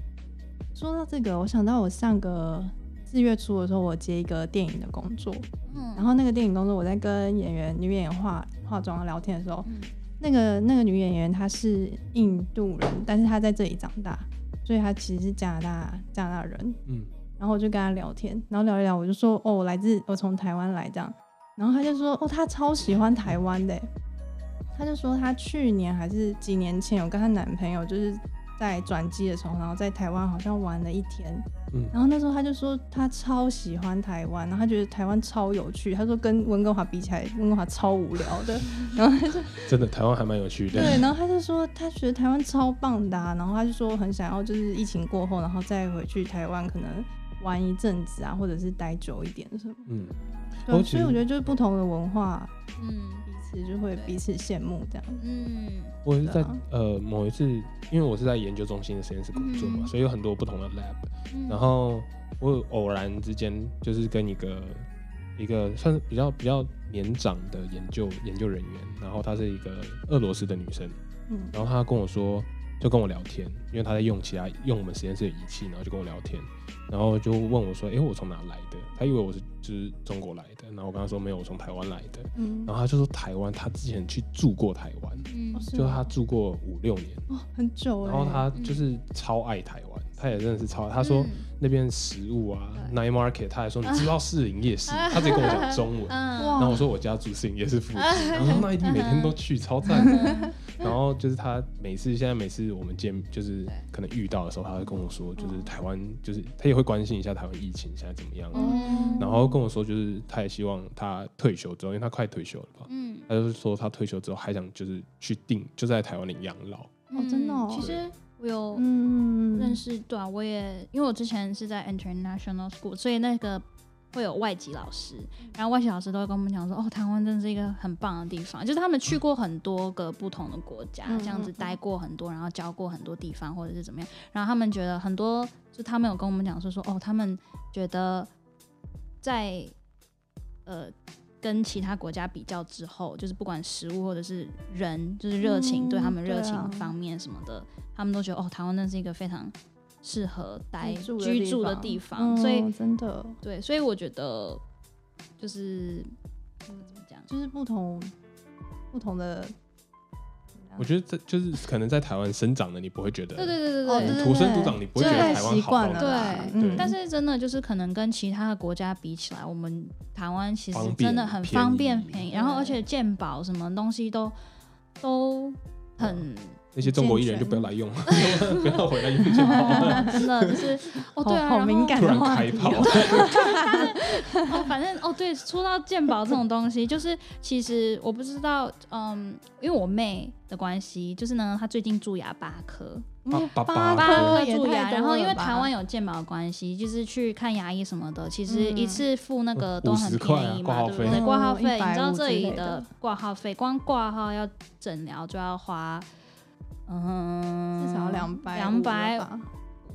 [SPEAKER 3] 说到这个，我想到我上个四月初的时候，我接一个电影的工作，
[SPEAKER 2] 嗯，
[SPEAKER 3] 然后那个电影工作，我在跟演员、女演员化化妆聊天的时候，
[SPEAKER 2] 嗯
[SPEAKER 3] 那个那个女演员她是印度人，但是她在这里长大，所以她其实是加拿大加拿大人。
[SPEAKER 1] 嗯，
[SPEAKER 3] 然后我就跟她聊天，然后聊一聊，我就说哦，我来自我从台湾来这样，然后她就说哦，她超喜欢台湾的欸，她就说她去年还是几年前有跟她男朋友就是在转机的时候，然后在台湾好像玩了一天，
[SPEAKER 1] 嗯
[SPEAKER 3] 然后那时候她就说她超喜欢台湾，然后她觉得台湾超有趣，她说跟温哥华比起来，温哥华超无聊的，然后她就
[SPEAKER 1] 真的台湾还蛮有趣的，
[SPEAKER 3] 对，然后他就说他觉得台湾超棒的、啊，然后他就说很想要就是疫情过后，然后再回去台湾可能玩一阵子啊，或者是待久一点什么。
[SPEAKER 1] 嗯，
[SPEAKER 3] 对啊、
[SPEAKER 1] 哦其
[SPEAKER 3] 所以我
[SPEAKER 1] 实
[SPEAKER 3] 觉得就是不同的文化，
[SPEAKER 2] 嗯
[SPEAKER 3] 彼此就会
[SPEAKER 2] 对
[SPEAKER 3] 彼此羡慕这样。
[SPEAKER 2] 嗯，
[SPEAKER 1] 我是
[SPEAKER 3] 对
[SPEAKER 1] 在
[SPEAKER 3] 啊
[SPEAKER 1] 呃某一次，因为我是在研究中心的实验室工作嘛，
[SPEAKER 2] 嗯
[SPEAKER 1] 所以有很多不同的 lab，
[SPEAKER 2] 嗯
[SPEAKER 1] 然后我有偶然之间就是跟一个一个算是比较比较年长的研究研究人员，然后她是一个俄罗斯的女生，
[SPEAKER 3] 嗯
[SPEAKER 1] 然后她跟我说，就跟我聊天，因为她在用其他用我们实验室的仪器，然后就跟我聊天，然后就问我说，诶，我从哪来的？她以为我是就是中国来的，然后我跟她说没有，我从台湾来的，
[SPEAKER 3] 嗯，
[SPEAKER 1] 然后她就说台湾，她之前去住过台湾，
[SPEAKER 2] 嗯
[SPEAKER 3] 哦是
[SPEAKER 1] 就
[SPEAKER 3] 吗
[SPEAKER 1] 她住过五六年，
[SPEAKER 3] 哦很久哎、
[SPEAKER 1] 然后她就是超爱台湾，她也真的是超爱，她说。那边食物啊，night
[SPEAKER 2] 嗯
[SPEAKER 1] market，他还说你知不知道士林夜市？他直接跟我讲中文。
[SPEAKER 2] 嗯
[SPEAKER 1] 然后我
[SPEAKER 3] 哇，
[SPEAKER 1] 说我家住士林夜市附近，然后他说那一定每天都去，超赞
[SPEAKER 2] 嗯
[SPEAKER 1] 的。然后就是他每次现在每次我们见就是可能遇到的时候，他会跟我说，就是台湾就是他也会关心一下台湾疫情现在怎么样啊，
[SPEAKER 2] 嗯
[SPEAKER 3] 哦
[SPEAKER 1] 然后跟我说就是他也希望他退休之后，因为他快退休了吧，
[SPEAKER 2] 嗯
[SPEAKER 1] 他就是说他退休之后还想就是去定就在台湾领养老。
[SPEAKER 2] 嗯
[SPEAKER 3] 哦真的哦
[SPEAKER 2] 其实我有
[SPEAKER 3] 嗯
[SPEAKER 2] 认识，对啊，我也因为我之前是在 international school，所以那个会有外籍老师，
[SPEAKER 3] 嗯
[SPEAKER 2] 然后外籍老师都会跟我们讲说，哦，台湾真是一个很棒的地方，就是他们去过很多个不同的国家，
[SPEAKER 3] 嗯
[SPEAKER 2] 这样子待过很多，然后教过很多地方或者是怎么样，然后他们觉得很多，就他们有跟我们讲说说，哦，他们觉得在呃。跟其他国家比较之后，就是不管食物或者是人，就是热情、
[SPEAKER 3] 嗯
[SPEAKER 2] 对他们
[SPEAKER 3] 对
[SPEAKER 2] 热
[SPEAKER 3] 啊
[SPEAKER 2] 情方面什么的，他们都觉得哦，台湾那是一个非常适合待
[SPEAKER 3] 居住的
[SPEAKER 2] 居住的地方，所以
[SPEAKER 3] 嗯真的
[SPEAKER 2] 对，所以我觉得就是嗯怎么讲，
[SPEAKER 3] 就是不同不同的。
[SPEAKER 1] 我觉得这就是可能在台湾生长的，你不会觉得
[SPEAKER 2] 对对对
[SPEAKER 3] 哦
[SPEAKER 2] 对
[SPEAKER 3] 对
[SPEAKER 2] 对。
[SPEAKER 1] 土生土长，你不会觉得
[SPEAKER 2] 对
[SPEAKER 1] 台湾
[SPEAKER 3] 习
[SPEAKER 1] 好
[SPEAKER 3] 惯
[SPEAKER 1] 到
[SPEAKER 3] 了
[SPEAKER 1] 哪
[SPEAKER 2] 啦
[SPEAKER 1] 里？
[SPEAKER 3] 嗯
[SPEAKER 1] 对，
[SPEAKER 2] 但是真的就是可能跟其他的国家比起来，我们台湾其实
[SPEAKER 1] 方便
[SPEAKER 2] 真的很
[SPEAKER 1] 便
[SPEAKER 2] 方便
[SPEAKER 1] 宜
[SPEAKER 2] 便宜，然后
[SPEAKER 3] 对
[SPEAKER 2] 而且健保什么东西都都 很
[SPEAKER 1] 那些中国艺人就不要来用， 不要回来用就好了。
[SPEAKER 2] 真的就是哦对啊，
[SPEAKER 3] 好好
[SPEAKER 2] 然
[SPEAKER 3] 敏
[SPEAKER 2] 后
[SPEAKER 3] 感
[SPEAKER 1] 突
[SPEAKER 3] 的
[SPEAKER 1] 然
[SPEAKER 3] 话
[SPEAKER 1] 开
[SPEAKER 3] 题
[SPEAKER 1] 炮
[SPEAKER 3] 哦，
[SPEAKER 2] 哦，反正哦，对，说到鉴宝这种东西，就是其实我不知道，嗯，因为我妹的关系，就是呢，她最近蛀牙八颗，
[SPEAKER 1] 八
[SPEAKER 3] 嗯
[SPEAKER 1] 八
[SPEAKER 3] 八
[SPEAKER 1] 八
[SPEAKER 2] 八
[SPEAKER 3] 颗
[SPEAKER 2] 颗
[SPEAKER 3] 也
[SPEAKER 2] 蛀
[SPEAKER 3] 太
[SPEAKER 2] 牙，
[SPEAKER 3] 多
[SPEAKER 2] 然后
[SPEAKER 3] 了
[SPEAKER 2] 因为
[SPEAKER 3] 吧
[SPEAKER 2] 台湾有健保的关系，就是去看牙医什么的，其实一
[SPEAKER 3] 嗯
[SPEAKER 2] 次付那个都
[SPEAKER 1] 50
[SPEAKER 2] 很
[SPEAKER 1] 块啊
[SPEAKER 2] 便宜
[SPEAKER 1] 挂
[SPEAKER 2] 嘛，
[SPEAKER 1] 号
[SPEAKER 2] 对不
[SPEAKER 1] 费
[SPEAKER 2] 对？挂号
[SPEAKER 3] 哦
[SPEAKER 2] 费，你知道这
[SPEAKER 3] 150之
[SPEAKER 2] 里
[SPEAKER 3] 类
[SPEAKER 2] 的
[SPEAKER 3] 的
[SPEAKER 2] 挂号费，光挂号要诊疗就要花，嗯，
[SPEAKER 3] 至少两百
[SPEAKER 2] 两百
[SPEAKER 3] 吧。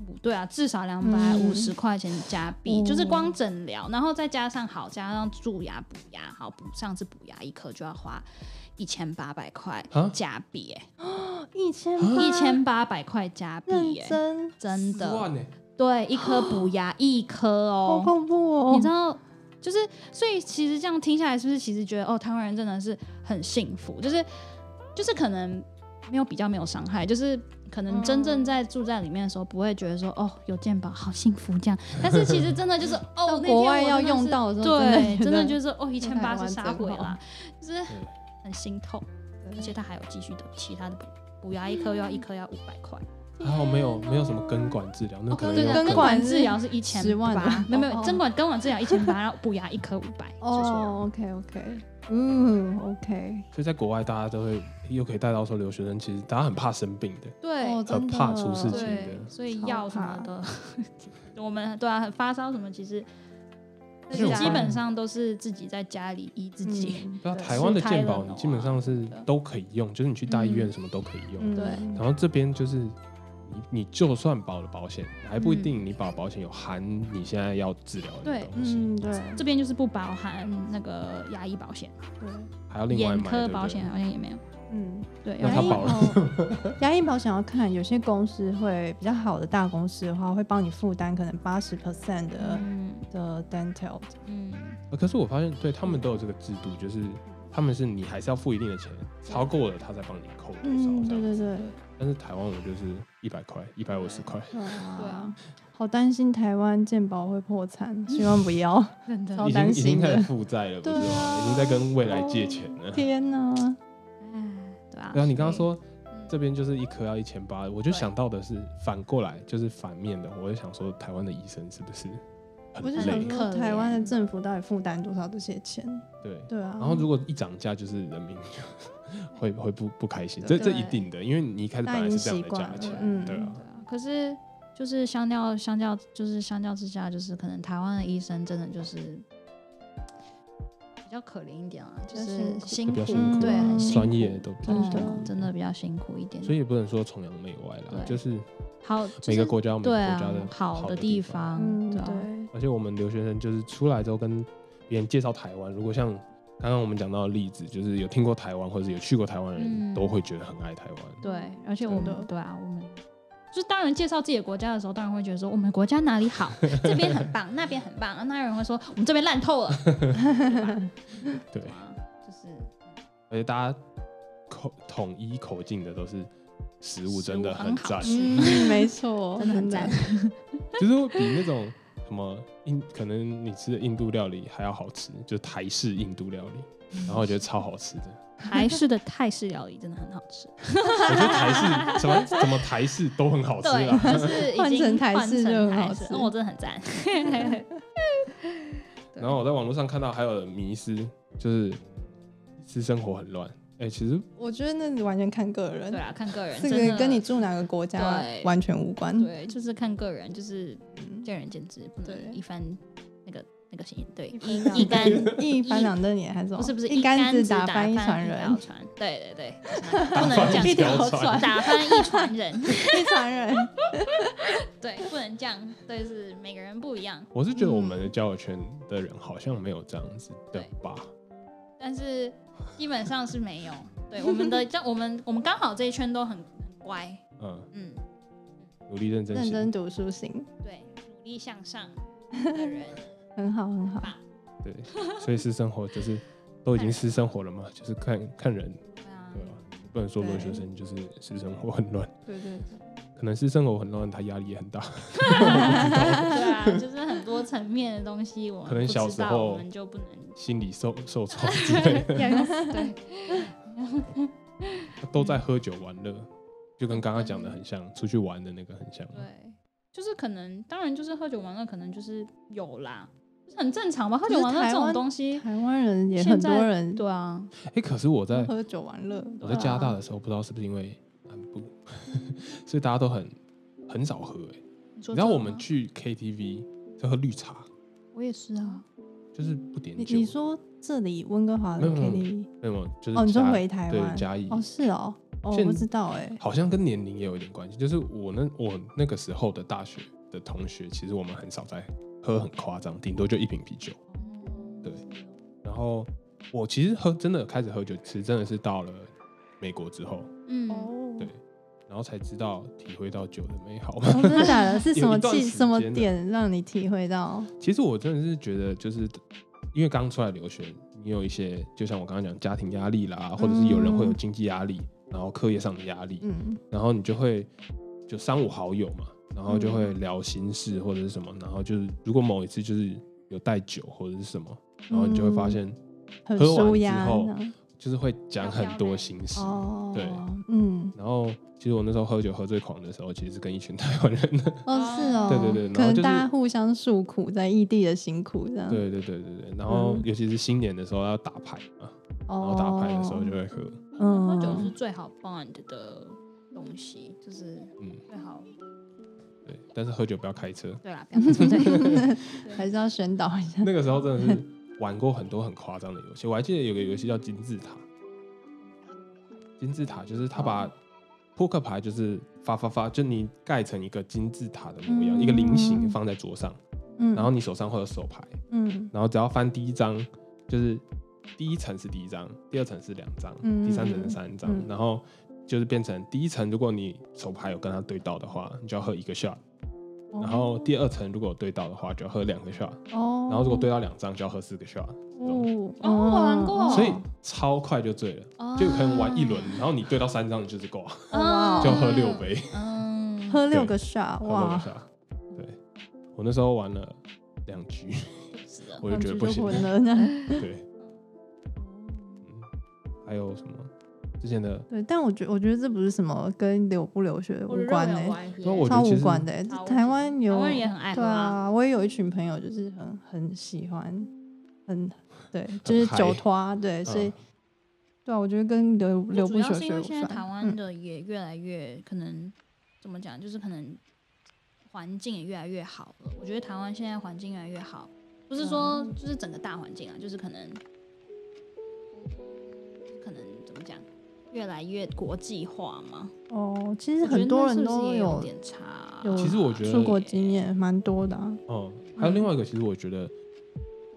[SPEAKER 2] 五，对啊，至少两百五十块钱加币，就是
[SPEAKER 3] 嗯
[SPEAKER 2] 光诊疗，然后再加上好，加上蛀牙、补牙，好补上次补牙一颗就要花一千八百块
[SPEAKER 1] 啊
[SPEAKER 2] 加币、欸，
[SPEAKER 3] 一千
[SPEAKER 2] 一千八百块加币、
[SPEAKER 3] 啊认
[SPEAKER 2] 欸，
[SPEAKER 3] 真，
[SPEAKER 2] 真
[SPEAKER 1] 十
[SPEAKER 2] 的，
[SPEAKER 1] 万呢？
[SPEAKER 2] 对，一颗补牙一颗
[SPEAKER 3] 好
[SPEAKER 2] 哦，
[SPEAKER 3] 恐怖哦！
[SPEAKER 2] 你知道。就是，所以其实这样听下来，是不是其实觉得哦，台湾人真的是很幸福？就是，就是可能没有比较，没有伤害，就是可能真
[SPEAKER 3] 嗯
[SPEAKER 2] 正在住在里面的时候，不会觉得说哦，有健保好幸福这样。但是其实真的就是
[SPEAKER 3] 到
[SPEAKER 2] 哦，那天
[SPEAKER 3] 国
[SPEAKER 2] 我
[SPEAKER 3] 外
[SPEAKER 2] 真
[SPEAKER 3] 要
[SPEAKER 2] 的
[SPEAKER 3] 用
[SPEAKER 2] 是
[SPEAKER 3] 到的时候
[SPEAKER 2] 对，
[SPEAKER 3] 真的觉
[SPEAKER 2] 真的
[SPEAKER 3] 得
[SPEAKER 2] 就是哦，一千八
[SPEAKER 3] 台
[SPEAKER 2] 是
[SPEAKER 3] 湾
[SPEAKER 2] 杀
[SPEAKER 3] 真
[SPEAKER 2] 回
[SPEAKER 3] 好
[SPEAKER 2] 啦，就是很心痛，而且他还有继续的其他的补补牙，一颗要一颗要五百块。
[SPEAKER 1] 还好啊没有没有什么根管治疗，那可能
[SPEAKER 3] 对
[SPEAKER 1] 有
[SPEAKER 3] 啊
[SPEAKER 1] 可能
[SPEAKER 2] 哦根
[SPEAKER 3] 根
[SPEAKER 2] 管
[SPEAKER 3] 管
[SPEAKER 2] 治
[SPEAKER 3] 治
[SPEAKER 2] 疗
[SPEAKER 3] 疗
[SPEAKER 2] 是一千
[SPEAKER 3] 10万
[SPEAKER 2] 八
[SPEAKER 3] 啊，
[SPEAKER 2] 没有没有，
[SPEAKER 3] 哦
[SPEAKER 2] 针管根管治疗一千八，然后补牙一颗五百，说错了
[SPEAKER 3] 哦，OK OK，嗯，OK，
[SPEAKER 1] 所以在国外大家都会又可以带到说留学生，其实大家很怕生病的，
[SPEAKER 2] 对
[SPEAKER 3] 哦
[SPEAKER 1] 很
[SPEAKER 3] 真的
[SPEAKER 1] 怕出事情
[SPEAKER 2] 对，
[SPEAKER 1] 的。
[SPEAKER 2] 所以
[SPEAKER 3] 超
[SPEAKER 2] 药什么
[SPEAKER 3] 怕
[SPEAKER 2] 的，我们对啊，发烧什么其实
[SPEAKER 1] 其
[SPEAKER 3] 实我
[SPEAKER 2] 基
[SPEAKER 3] 发
[SPEAKER 2] 本
[SPEAKER 1] 现
[SPEAKER 2] 上都是自己在家里医自己。
[SPEAKER 3] 嗯
[SPEAKER 1] 那
[SPEAKER 2] 对
[SPEAKER 1] 台湾的健保
[SPEAKER 2] 吃
[SPEAKER 1] 你
[SPEAKER 2] Tylenol
[SPEAKER 1] 基本上是
[SPEAKER 2] 啊
[SPEAKER 1] 都可以用，就是你去大医院
[SPEAKER 2] 嗯
[SPEAKER 1] 什么都可以用。
[SPEAKER 3] 嗯
[SPEAKER 2] 对
[SPEAKER 1] 然后这边就是你你就算保了保险，还不一定你保保险有含你现在要治疗的
[SPEAKER 2] 对
[SPEAKER 1] 东西，
[SPEAKER 3] 嗯，对
[SPEAKER 2] 这边就是不包含那个牙医保险，
[SPEAKER 3] 对，
[SPEAKER 1] 还要另外
[SPEAKER 2] 眼
[SPEAKER 1] 买，对
[SPEAKER 2] 科
[SPEAKER 1] 不
[SPEAKER 2] 保
[SPEAKER 1] 对
[SPEAKER 2] 险好像也没有。
[SPEAKER 3] 嗯，
[SPEAKER 2] 对，
[SPEAKER 1] 那
[SPEAKER 2] 牙
[SPEAKER 1] 他
[SPEAKER 2] 医
[SPEAKER 1] 保了
[SPEAKER 3] 了。 牙医保想要看，有些公司会比较好的大公司的话，会帮你负担可能八十 percent 的
[SPEAKER 2] 嗯
[SPEAKER 3] 的 dental，
[SPEAKER 2] 嗯，
[SPEAKER 1] 呃可是我发现，对他们都有这个制度，就是他们是你还是要付一定的钱，超过了他再帮你扣多
[SPEAKER 3] 嗯，
[SPEAKER 1] 少这
[SPEAKER 3] 对
[SPEAKER 1] 样。
[SPEAKER 3] 对对，
[SPEAKER 1] 但是台湾我就是一百块、一百五十块，
[SPEAKER 3] 对
[SPEAKER 2] 啊
[SPEAKER 3] 啊，好担心台湾健保会破产，
[SPEAKER 2] 嗯
[SPEAKER 3] 希望不 要。
[SPEAKER 2] 真的
[SPEAKER 3] 超
[SPEAKER 1] 已经
[SPEAKER 3] 好
[SPEAKER 1] 已
[SPEAKER 3] 担
[SPEAKER 1] 经
[SPEAKER 3] 心
[SPEAKER 1] 开
[SPEAKER 3] 的
[SPEAKER 1] 始负债了，不是
[SPEAKER 3] 对
[SPEAKER 1] 吗？
[SPEAKER 3] 啊
[SPEAKER 1] 已经在跟未来借钱了。
[SPEAKER 3] 天啊哪，
[SPEAKER 2] 哎对啊
[SPEAKER 1] 对啊，你刚刚说
[SPEAKER 2] 嗯
[SPEAKER 1] 这边就是一颗要一千八，我就
[SPEAKER 2] 对
[SPEAKER 1] 想到的是反过来，就是反面的，我就想说台湾的医生是不是很
[SPEAKER 3] 我就
[SPEAKER 1] 累
[SPEAKER 3] 想？说台湾的政府到底负担多少这些钱？
[SPEAKER 1] 对。
[SPEAKER 3] 对啊，
[SPEAKER 1] 然后如果一涨价，就是人民就会会不不开心，这这
[SPEAKER 3] 对
[SPEAKER 1] 一定的，因为你一开始
[SPEAKER 3] 大
[SPEAKER 1] 本来
[SPEAKER 3] 家已
[SPEAKER 1] 是这样
[SPEAKER 3] 经习
[SPEAKER 1] 的
[SPEAKER 3] 惯
[SPEAKER 1] 价
[SPEAKER 3] 了
[SPEAKER 1] 钱，
[SPEAKER 3] 嗯
[SPEAKER 1] 对啊，
[SPEAKER 2] 对啊，可是就是相较相较就是相较之下，就是可能台湾的医生真的就是比较可怜一点啊，就
[SPEAKER 3] 较
[SPEAKER 2] 是
[SPEAKER 3] 辛苦
[SPEAKER 1] 就比
[SPEAKER 2] 辛苦，
[SPEAKER 1] 较辛苦，啊
[SPEAKER 2] 对，啊很辛苦
[SPEAKER 1] 专业都比较
[SPEAKER 3] 真的
[SPEAKER 2] 嗯，真的比较辛苦一点。
[SPEAKER 1] 所以也不能说崇洋媚外啦
[SPEAKER 2] 对，
[SPEAKER 1] 就是
[SPEAKER 2] 好，就是
[SPEAKER 1] 每个国家有每个
[SPEAKER 2] 对
[SPEAKER 1] 国
[SPEAKER 2] 啊
[SPEAKER 1] 家的，
[SPEAKER 2] 好
[SPEAKER 1] 的
[SPEAKER 2] 地
[SPEAKER 1] 方，
[SPEAKER 2] 方，
[SPEAKER 3] 嗯，
[SPEAKER 2] 对啊，
[SPEAKER 3] 对，
[SPEAKER 1] 而且我们留学生就是出来之后跟别人介绍台湾，如果像刚刚我们讲到的例子，就是有听过台湾或者有去过台湾的人、
[SPEAKER 2] 嗯
[SPEAKER 1] 都会觉得很爱台湾，
[SPEAKER 2] 对，而且我
[SPEAKER 1] 真
[SPEAKER 2] 们
[SPEAKER 3] 的
[SPEAKER 2] 对啊，我们。就是当人介绍自己的国家的时候，当然会觉得说我们国家哪 里好，这边很棒，那边很棒。那有人会说我们这边烂透了，
[SPEAKER 1] 对，
[SPEAKER 2] 啊就是
[SPEAKER 1] 而且大家口统一口径的都是食物真的
[SPEAKER 2] 食物
[SPEAKER 1] 很
[SPEAKER 2] 很好
[SPEAKER 1] 赞，
[SPEAKER 2] 吃
[SPEAKER 3] 嗯， 没错，
[SPEAKER 2] 真的很赞。
[SPEAKER 1] 就是会比那种什么印可能你吃的印度料理还要好吃，就是台式印度料理， 然后我觉得超好吃的。
[SPEAKER 2] 台式的泰式料理真的很好吃，
[SPEAKER 1] 我觉得台式什么什么台式都很好吃啊
[SPEAKER 2] 对，
[SPEAKER 1] 啦。
[SPEAKER 2] 就是已经
[SPEAKER 3] 换成台式就很好吃
[SPEAKER 2] 换成台式那我真的很赞。
[SPEAKER 1] 然后我在网络上看到还有迷思，就是私生活很乱。哎、其实
[SPEAKER 3] 我觉得那完全看个人
[SPEAKER 2] 对，啊，看个人，
[SPEAKER 3] 这
[SPEAKER 2] 真
[SPEAKER 3] 个
[SPEAKER 2] 的
[SPEAKER 3] 跟你住哪个国家
[SPEAKER 2] 对
[SPEAKER 3] 完全无关。
[SPEAKER 2] 对，就是看个人，就是
[SPEAKER 3] 嗯
[SPEAKER 2] 见仁见智，不能
[SPEAKER 3] 对
[SPEAKER 2] 一番那个那个心对。
[SPEAKER 3] 一
[SPEAKER 2] 一竿
[SPEAKER 3] 一翻两瞪眼还是什么
[SPEAKER 2] 不是不是，
[SPEAKER 3] 一
[SPEAKER 2] 竿
[SPEAKER 3] 竿
[SPEAKER 2] 子
[SPEAKER 3] 打
[SPEAKER 2] 翻
[SPEAKER 3] 翻一船
[SPEAKER 2] 船
[SPEAKER 3] 人，
[SPEAKER 2] 船，对对对， 不能
[SPEAKER 1] 翻
[SPEAKER 2] 这样
[SPEAKER 1] 一条
[SPEAKER 2] 讲
[SPEAKER 1] 船
[SPEAKER 2] 打翻一船 人，
[SPEAKER 3] 一船人。
[SPEAKER 2] 对，不能这样，对，是每个人不一样。
[SPEAKER 1] 我是觉得我们
[SPEAKER 3] 嗯
[SPEAKER 1] 的交友圈的人好像没有这样子的吧？
[SPEAKER 2] 但是基本上是没有。对，我们的 像我们我们刚好这一圈都很很乖，
[SPEAKER 1] 嗯，
[SPEAKER 2] 嗯，
[SPEAKER 1] 努力认真
[SPEAKER 3] 认
[SPEAKER 1] 型，
[SPEAKER 3] 真读书型，
[SPEAKER 2] 对，努力向上 的人，
[SPEAKER 3] 很好很好。
[SPEAKER 1] 对，所以私生活就是都已经私生活了嘛，就是看看人，
[SPEAKER 2] 对啊
[SPEAKER 1] 对吧、不能说
[SPEAKER 3] 对
[SPEAKER 1] 留学生就是私生活很乱，
[SPEAKER 3] 对对
[SPEAKER 1] 可能私生活很乱，他压力也很大。
[SPEAKER 2] 对啊，就是很多层面的东西，我们
[SPEAKER 1] 可能
[SPEAKER 2] 不
[SPEAKER 1] 小
[SPEAKER 2] 知
[SPEAKER 1] 时
[SPEAKER 2] 道
[SPEAKER 1] 候
[SPEAKER 2] 我们就不能
[SPEAKER 1] 心理受受创之类 的，
[SPEAKER 2] 对，
[SPEAKER 1] 都在喝酒玩乐，就跟刚刚讲的很像，出去玩的那个很像。
[SPEAKER 3] 嗯
[SPEAKER 2] 对，就是可能，当然就是喝酒玩乐，可能就是有啦，就是很正常吧。喝
[SPEAKER 3] 可是
[SPEAKER 2] 酒玩乐这
[SPEAKER 3] 台
[SPEAKER 2] 种
[SPEAKER 3] 湾
[SPEAKER 2] 东
[SPEAKER 3] 对，
[SPEAKER 2] 西，
[SPEAKER 3] 台湾人也很多人
[SPEAKER 2] 对啊，
[SPEAKER 1] 哎、可是我在
[SPEAKER 3] 喝酒玩乐，嗯
[SPEAKER 1] 我在加拿大的时候，不知道是不是因为南部， 所以大家都很很少喝、欸。
[SPEAKER 2] 你说
[SPEAKER 1] 你知道
[SPEAKER 2] 这
[SPEAKER 1] 我
[SPEAKER 2] 个
[SPEAKER 1] 们
[SPEAKER 2] 吗，
[SPEAKER 1] 去 KTV 在喝绿茶，
[SPEAKER 2] 我也是啊，
[SPEAKER 1] 就是不点
[SPEAKER 3] 你
[SPEAKER 1] 酒。
[SPEAKER 3] 你说这里温哥华的
[SPEAKER 1] 没有没
[SPEAKER 3] KTV
[SPEAKER 1] 没有，就是
[SPEAKER 3] 哦，你说
[SPEAKER 1] 嘉
[SPEAKER 3] 回台
[SPEAKER 1] 对
[SPEAKER 3] 湾
[SPEAKER 1] 嘉义
[SPEAKER 3] 哦，是哦，哦，我
[SPEAKER 1] 现
[SPEAKER 3] 不知道哎、
[SPEAKER 1] 好像跟年龄也有一点关系。就是我那我那个时候的大学的同学，其实我们很少在喝很夸张，顶多就一瓶啤酒。
[SPEAKER 2] 哦
[SPEAKER 1] 对，然后我其实喝真的开始喝酒，其实真的是到了美国之后，
[SPEAKER 2] 嗯，
[SPEAKER 3] 哦
[SPEAKER 1] 对，然后才知道体会到酒的美好。
[SPEAKER 3] 哦真的假的？是
[SPEAKER 1] 有
[SPEAKER 3] 什么
[SPEAKER 1] 一段
[SPEAKER 3] 记
[SPEAKER 1] 时
[SPEAKER 3] 什么
[SPEAKER 1] 间的
[SPEAKER 3] 点让你体会到？
[SPEAKER 1] 其实我真的是觉得，就是因为刚出来留学，你有一些就像我刚刚讲家庭压力啦，或者是有人会有经济压力，然后课业上的压力，
[SPEAKER 3] 嗯，
[SPEAKER 1] 然后你就会就三五好友嘛，然后就
[SPEAKER 3] 嗯
[SPEAKER 1] 会聊心事或者是什么，然后就是如果某一次就是有带酒或者是什么，然后你就会发
[SPEAKER 3] 嗯
[SPEAKER 1] 现
[SPEAKER 3] 很
[SPEAKER 1] 喝完
[SPEAKER 3] 舒
[SPEAKER 1] 之
[SPEAKER 3] 压
[SPEAKER 1] 后
[SPEAKER 3] 这样
[SPEAKER 1] 就是会讲很多心事。
[SPEAKER 3] 哦，
[SPEAKER 1] 对，
[SPEAKER 3] 嗯，
[SPEAKER 1] 然后其实我那时候喝酒喝最狂的时候，其实是跟一群台湾人 的，
[SPEAKER 3] 哦是哦，
[SPEAKER 1] 对对对然
[SPEAKER 3] 可
[SPEAKER 1] 后
[SPEAKER 3] 能
[SPEAKER 1] 就是
[SPEAKER 3] 大家互相诉苦，在异地的辛苦这样，，
[SPEAKER 1] 对对对对对，然后
[SPEAKER 3] 嗯
[SPEAKER 1] 尤其是新年的时候要打牌嘛，然后打牌的
[SPEAKER 3] 哦
[SPEAKER 1] 时候就会喝，
[SPEAKER 3] 嗯
[SPEAKER 2] 喝酒是最好 bond 的东西，就是
[SPEAKER 1] 嗯，
[SPEAKER 2] 最好
[SPEAKER 1] 对，但是喝酒不要开车。
[SPEAKER 2] 对啦，不要喝 醉
[SPEAKER 3] 还是要宣导一下，
[SPEAKER 1] 那个时候真的 是玩过很多很夸张的游戏，我还记得有个游戏叫金字塔，金字塔就是他
[SPEAKER 3] 哦
[SPEAKER 1] 把扑克牌就是发发发，就你盖成一个金字塔的模样，
[SPEAKER 3] 嗯
[SPEAKER 1] 一个菱形放在桌上，
[SPEAKER 3] 嗯，
[SPEAKER 1] 然后你手上会有手牌，
[SPEAKER 3] 嗯
[SPEAKER 1] 然后只要翻第一张，就是第一层是第一张，第二层是两张，
[SPEAKER 3] 嗯
[SPEAKER 1] 第三层是三张，
[SPEAKER 3] 嗯
[SPEAKER 1] 然后就是变成第一层，如果你手牌有跟他对到的话，你就要喝一个 shot，
[SPEAKER 3] 哦
[SPEAKER 1] 然后第二层如果有对到的话，就要喝两个 shot，
[SPEAKER 3] 哦，
[SPEAKER 1] 然后如果对到两张就要喝四个 shot，这种
[SPEAKER 3] 哦
[SPEAKER 2] 哦我玩过
[SPEAKER 1] 所以超快就醉了，就可能玩一轮，然后你对到三张你就是够，
[SPEAKER 3] 哇哦
[SPEAKER 1] 就喝六，杯，
[SPEAKER 2] 嗯，
[SPEAKER 3] 喝六个 shot，
[SPEAKER 1] 喝六
[SPEAKER 3] 哇
[SPEAKER 1] 个，下。对，我那时候玩了两局，
[SPEAKER 2] 是的
[SPEAKER 1] 我就觉得不行
[SPEAKER 3] 混。了 这样，
[SPEAKER 1] 对，嗯，还有什么之前的？
[SPEAKER 3] 对，但我觉我觉得这不是什么跟留不留学无
[SPEAKER 2] 我觉得
[SPEAKER 3] 关
[SPEAKER 2] 没有
[SPEAKER 3] 呢，
[SPEAKER 2] 关系
[SPEAKER 1] 啊那我觉得
[SPEAKER 3] 超
[SPEAKER 1] 其
[SPEAKER 3] 无
[SPEAKER 1] 实
[SPEAKER 3] 关的欸，
[SPEAKER 2] 超无
[SPEAKER 3] 台湾有
[SPEAKER 2] 台湾人也很爱喝
[SPEAKER 3] 对
[SPEAKER 2] 啊，
[SPEAKER 3] 啊，我也有一群朋友，就是很很喜欢，很对，就是
[SPEAKER 1] 嗨
[SPEAKER 3] 酒托啊，对，所以
[SPEAKER 1] 嗯
[SPEAKER 3] 对啊，我觉得跟留留
[SPEAKER 2] 主
[SPEAKER 3] 不
[SPEAKER 2] 要
[SPEAKER 3] 休
[SPEAKER 2] 是因
[SPEAKER 3] 学
[SPEAKER 2] 为
[SPEAKER 3] 无
[SPEAKER 2] 现在台
[SPEAKER 3] 关。
[SPEAKER 2] 湾
[SPEAKER 3] 嗯
[SPEAKER 2] 的也越来越可能怎么讲，就是可能环境也越来越好了。我觉得台湾现在环境越来越好，不是说
[SPEAKER 3] 嗯
[SPEAKER 2] 就是整个大环境啊，就是可能可能怎么讲，越来越国际化嘛。
[SPEAKER 3] 哦，其
[SPEAKER 2] 我觉得
[SPEAKER 3] 实很多
[SPEAKER 2] 那是
[SPEAKER 3] 人
[SPEAKER 2] 不是
[SPEAKER 3] 都
[SPEAKER 2] 也有
[SPEAKER 3] 有
[SPEAKER 2] 点差啊、
[SPEAKER 3] 有
[SPEAKER 1] 其实我觉得
[SPEAKER 3] 出国经验，蛮多的啊。
[SPEAKER 1] 嗯，还有另外一个，其实我觉得